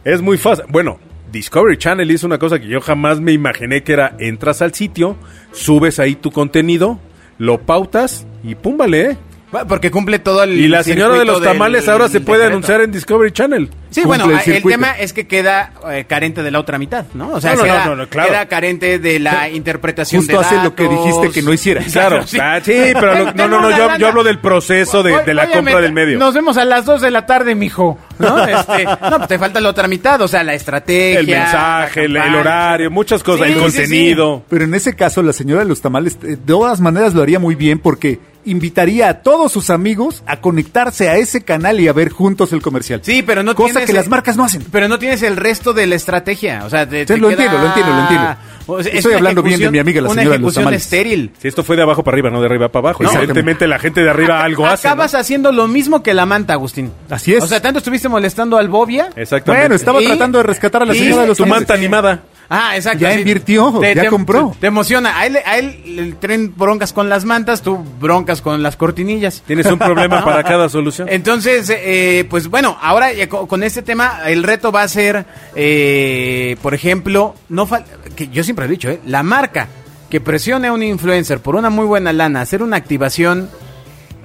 S4: Es muy fácil. Bueno, Discovery Channel hizo una cosa que yo jamás me imaginé que era entras al sitio, subes ahí tu contenido, lo pautas y púmbale, ¿eh?
S2: Va, Porque cumple todo el.
S4: Y la señora de
S2: circuito
S4: los
S2: del-
S4: tamales ahora se
S2: del
S4: puede
S2: decreto.
S4: anunciar en Discovery Channel.
S2: Sí,
S4: Cumple
S2: bueno, ah, el,
S4: circuito.
S2: tema es que queda eh, carente de la otra mitad, ¿no? O sea,
S4: No, no,
S2: queda,
S4: no, no, no, claro.
S2: queda carente de la interpretación
S3: Justo
S2: de
S3: hace lo que
S2: datos.
S3: dijiste que no hiciera.
S4: Claro,
S2: sí.
S4: ah, sí, pero lo- no, no, no, yo, yo hablo del proceso de, de la
S2: Oye,
S4: compra
S2: me-
S4: del medio.
S2: Nos vemos a las 2 de la tarde, mijo. ¿No? Este, no, pues te falta la otra mitad, o sea, la estrategia.
S4: El mensaje,
S2: la
S4: el, el
S2: campaña.
S4: horario, muchas cosas,
S2: Sí,
S4: el
S2: sí,
S4: contenido.
S3: Pero en ese caso, la señora de los tamales, eh, de todas maneras lo haría muy bien porque invitaría a todos sus amigos a conectarse a ese canal y a ver juntos el comercial.
S2: Sí, pero no
S3: Cosa
S2: tienes
S3: que
S2: el-
S3: las marcas no hacen.
S2: Pero no tienes el resto de la estrategia. O sea, te,
S3: Sí,
S2: te
S3: lo
S2: queda-
S3: entiendo, lo entiendo, lo entiendo.
S2: O sea, es
S3: Estoy
S2: una
S3: hablando bien de
S2: ejecución-
S3: mi amiga, la señora
S2: Una
S3: de los
S2: ejecución
S3: tamales.
S2: estéril.
S4: Si esto fue de abajo para arriba, no de arriba para abajo.
S3: No.
S4: Evidentemente la gente de arriba algo hace. ¿no?
S2: Acabas haciendo lo mismo que la manta, Agustín.
S3: Así es.
S2: O sea, tanto estuviste molestando al Bobia.
S4: Exactamente.
S3: Bueno, estaba
S2: Y-
S3: tratando de rescatar a la
S2: y-
S3: señora de los
S4: tu
S3: tamales.
S4: manta animada.
S2: Ah, exacto.
S3: Ya invirtió, ya compró.
S2: Te emociona. A él, a él el tren broncas con las mantas, tú broncas con las cortinillas.
S4: Tienes un problema para cada solución.
S2: Entonces, eh, pues bueno, ahora ya co- con este tema el reto va a ser, eh, por ejemplo, no fal- que yo siempre he dicho, eh, la marca que presione a un influencer por una muy buena lana, hacer una activación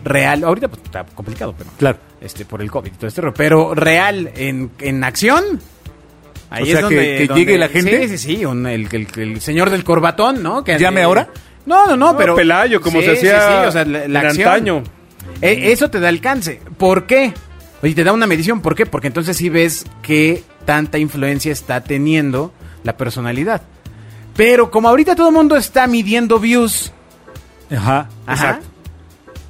S2: real, ahorita pues, está complicado, pero
S3: Claro.
S2: este por el COVID y todo este rollo, pero real en, en acción. Ahí
S3: O sea, que- que llegue la gente.
S2: Sí, sí, sí, un- el, el- el señor del corbatón, ¿no? Que,
S3: ¿Llame ahora?
S2: No, no, no,
S4: No,
S2: pero...
S4: Pelayo, como se hacía en antaño.
S2: Eh, eso te da alcance. ¿Por qué? Y te da una medición. ¿Por qué? Porque entonces sí ves qué tanta influencia está teniendo la personalidad. Pero como ahorita todo el mundo está midiendo views,
S3: Ajá.
S2: ajá,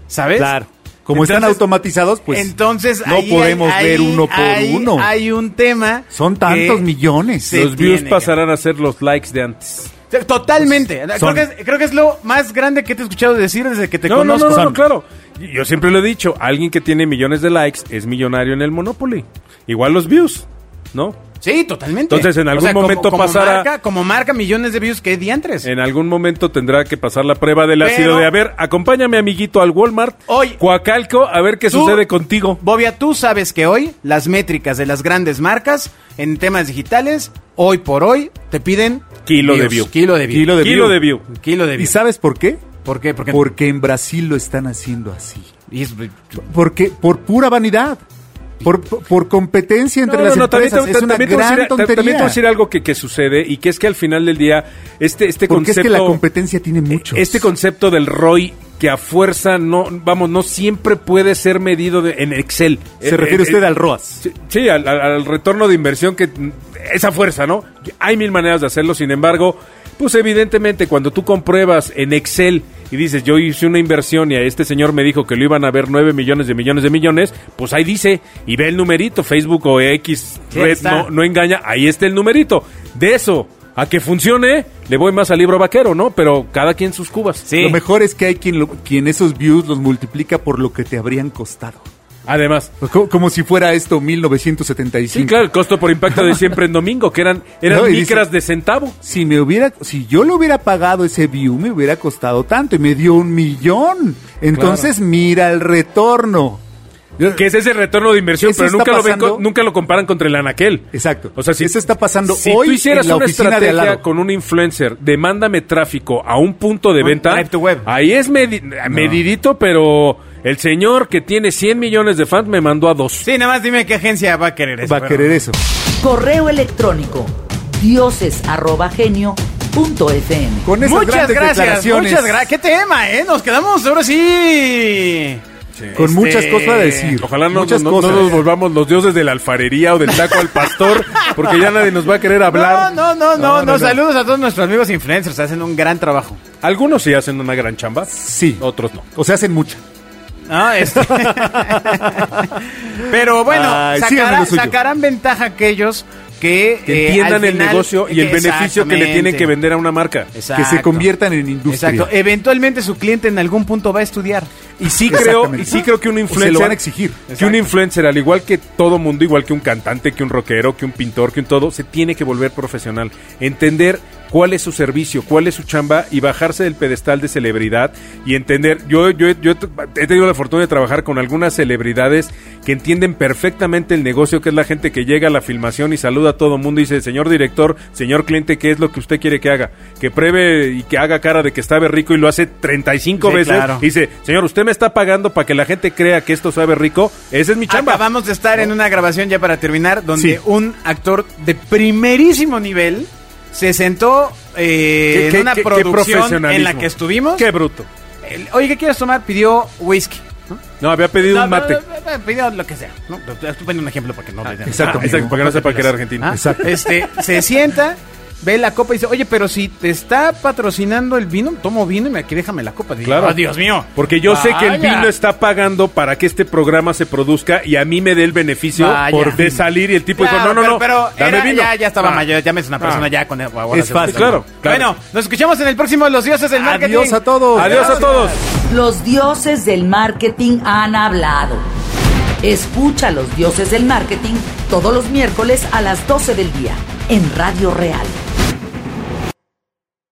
S2: ¿sabes?
S3: Claro. Como están
S2: Entonces-
S3: automatizados, pues
S2: entonces
S3: no
S2: ahí
S3: podemos
S2: hay-
S3: ver
S2: ahí
S3: uno por
S2: hay-
S3: uno.
S2: Hay un tema.
S3: son
S2: que-
S3: tantos millones.
S2: Sí.
S4: los views
S2: tiene,
S4: pasarán a ser los likes de antes.
S2: Totalmente. Creo
S3: Son.
S2: que, es, creo que es lo más grande que te he escuchado decir desde que te
S4: No, no,
S2: conozco.
S4: no, no,
S2: Son.
S4: no, claro. Y Yo siempre lo he dicho, alguien que tiene millones de likes es millonario en el Monopoly. Igual los views, ¿no?
S2: Sí, totalmente.
S4: Entonces, en algún
S2: como-
S4: momento
S2: como,
S4: pasará-
S2: Marca, como marca millones de views, ¿qué diantres?
S4: En algún momento tendrá que pasar la prueba del
S2: Pero-
S4: ácido de, a ver, acompáñame amiguito al Walmart,
S2: Hoy-
S4: Coacalco, a ver qué
S2: Tú-
S4: sucede contigo.
S2: Bobia, tú sabes que hoy las métricas de las grandes marcas en temas digitales, hoy por hoy, te piden...
S4: Kilo de
S2: views,
S4: view.
S2: Kilo de view.
S3: Kilo de
S4: Kilo
S3: view.
S4: de view.
S2: Kilo de
S3: ¿Y
S2: view.
S3: sabes por qué?
S2: ¿Por qué? Porque...
S3: Porque en Brasil lo están haciendo así.
S2: y es-
S3: Porque por pura vanidad. Por, por- por competencia entre
S4: No,
S3: las
S4: no, no, también
S3: empresas.
S4: te-
S3: es una
S4: también te voy a
S3: gran
S4: decir-
S3: tontería.
S4: También te voy a decir algo que, que sucede y que es que al final del día este, este
S3: Porque
S4: concepto...
S3: es que la competencia tiene mucho.
S4: Este concepto del ROI que a fuerza no, vamos, no siempre puede ser medido de- en Excel.
S3: Se
S4: Eh,
S3: refiere
S4: eh,
S3: usted
S4: eh,
S3: al ROAS.
S4: Sí, sí, al, al- al retorno de inversión que mm, esa fuerza, ¿no? Hay mil maneras de hacerlo, sin embargo, pues evidentemente cuando tú compruebas en Excel y dices, yo hice una inversión y a este señor me dijo que lo iban a ver 9 millones de millones de millones, pues ahí dice, y ve el numerito, Facebook o X,
S2: Sí,
S4: red
S2: está.
S4: no, no engaña, ahí está el numerito. De eso, a que funcione, le voy más al libro vaquero, ¿no? Pero cada quien sus cubas.
S3: Lo mejor es que hay quien, lo- quien esos views los multiplica por lo que te habrían costado.
S4: Además.
S3: Pues co- Como, si fuera esto 1975.
S4: Sí, claro, el costo por impacto de siempre en domingo, que eran, eran
S3: No, y dice-
S4: micras de centavo.
S3: Si me hubiera, si yo lo hubiera pagado ese view, me hubiera costado tanto y me dio un millón. Entonces mira el retorno.
S4: Que es ese retorno de inversión,
S3: Eso
S4: pero
S3: está
S4: nunca lo, ven
S3: pasando-
S4: con- nunca lo comparan contra el anaquel.
S3: Exacto.
S4: O sea, si,
S3: Eso está pasando
S4: si
S3: hoy
S4: tú hicieras
S3: en la
S4: una
S3: oficina de al
S4: estrategia
S3: lado.
S4: con un influencer, de mándame tráfico a un punto de
S2: Un
S4: venta,
S2: drive to web.
S4: ahí es medi- medidito, pero el señor que tiene 100 millones de fans me mandó a dos.
S2: Sí, nada más dime qué agencia va a querer eso.
S3: Va a
S2: pero-
S3: querer eso.
S1: Correo electrónico dioses@genio.fm.
S3: Con esas
S2: Muchas
S3: grandes
S2: gracias,
S3: declaraciones.
S2: muchas gracias. ¿Qué tema, eh? Nos quedamos ahora sí...
S3: Con
S2: Este,
S3: muchas cosas a decir.
S4: Ojalá no,
S3: muchas
S4: no- no
S3: cosas.
S4: nos volvamos los dioses de la alfarería o del taco al pastor, porque ya nadie nos va a querer hablar.
S2: No, no, no, no, no, saludos a todos nuestros amigos influencers, hacen un gran trabajo.
S4: Algunos sí hacen una gran chamba,
S3: Sí.
S4: otros no.
S3: O sea, hacen mucha.
S2: Ah, este. Pero bueno,
S3: Ay,
S2: sacará-
S3: síganme lo suyo.
S2: sacarán ventaja aquellos que,
S4: Que
S2: eh,
S4: entiendan
S2: al
S4: el
S2: final-
S4: negocio y el beneficio que le tienen que
S2: Exactamente.
S4: vender a una marca.
S2: Exacto.
S3: Que se conviertan en industria.
S2: Exacto. Eventualmente su cliente en algún punto va a estudiar.
S4: Y sí creo, y sí creo que un
S3: O
S4: influencer
S3: Se lo van a exigir.
S4: Que un influencer, al igual que todo mundo, igual que un cantante, que un rockero, que un pintor, que un todo, se tiene que volver profesional. Entender cuál es su servicio, cuál es su chamba y bajarse del pedestal de celebridad y entender. Yo, yo, yo he t- he tenido la fortuna de trabajar con algunas celebridades que entienden perfectamente el negocio, que es la gente que llega a la filmación y saluda a todo mundo y dice, señor director, señor cliente, ¿qué es lo que usted quiere que haga? Que pruebe y que haga cara de que sabe rico y lo hace 35
S2: Sí,
S4: veces.
S2: claro.
S4: Y dice, señor, usted me está pagando para que la gente crea que esto sabe rico. Esa es mi chamba.
S2: Ah, Acabamos de estar en una grabación ya para terminar, donde
S3: Sí.
S2: un actor de primerísimo nivel se sentó eh,
S4: ¿Qué- qué-
S2: en una
S4: qué- qué
S2: producción en
S4: profesionalismo?
S2: la que estuvimos.
S4: Qué bruto.
S2: El, Oye, ¿qué quieres tomar? Pidió whisky. ¿no?
S4: No, había pedido un
S2: No,
S4: mate.
S2: no, no, no, Pidió lo que sea. ¿no? Tú pon un ejemplo para que no. le den-
S3: exacto,
S4: Ah, exacto, para que no sepa que era
S2: Ah,
S4: argentino.
S2: Este, se sienta, ve la copa y dice, oye, pero si te está patrocinando el vino, tomo vino y aquí déjame la copa. Digo,
S4: Claro.
S2: "Ah, Dios mío.
S4: Porque yo sé que el
S2: Vaya.
S4: vino está pagando para que este programa se produzca y a mí me dé el beneficio
S2: Vaya.
S4: por de salir y el tipo
S2: Claro,
S4: dijo, no, no,
S2: pero-
S4: no,
S2: pero
S4: dame
S2: era-
S4: vino.
S2: Ya, ya estaba
S4: Ah.
S2: mayor, ya me es una persona
S4: Ah.
S2: ya con...
S3: Es fácil.
S4: Claro, claro.
S2: Bueno, nos escuchamos en el próximo Los Dioses del Marketing.
S3: Adiós a todos.
S4: Adiós a todos.
S1: Los dioses del marketing han hablado. Escucha a los dioses del marketing todos los miércoles a las 12 del día en Radio Real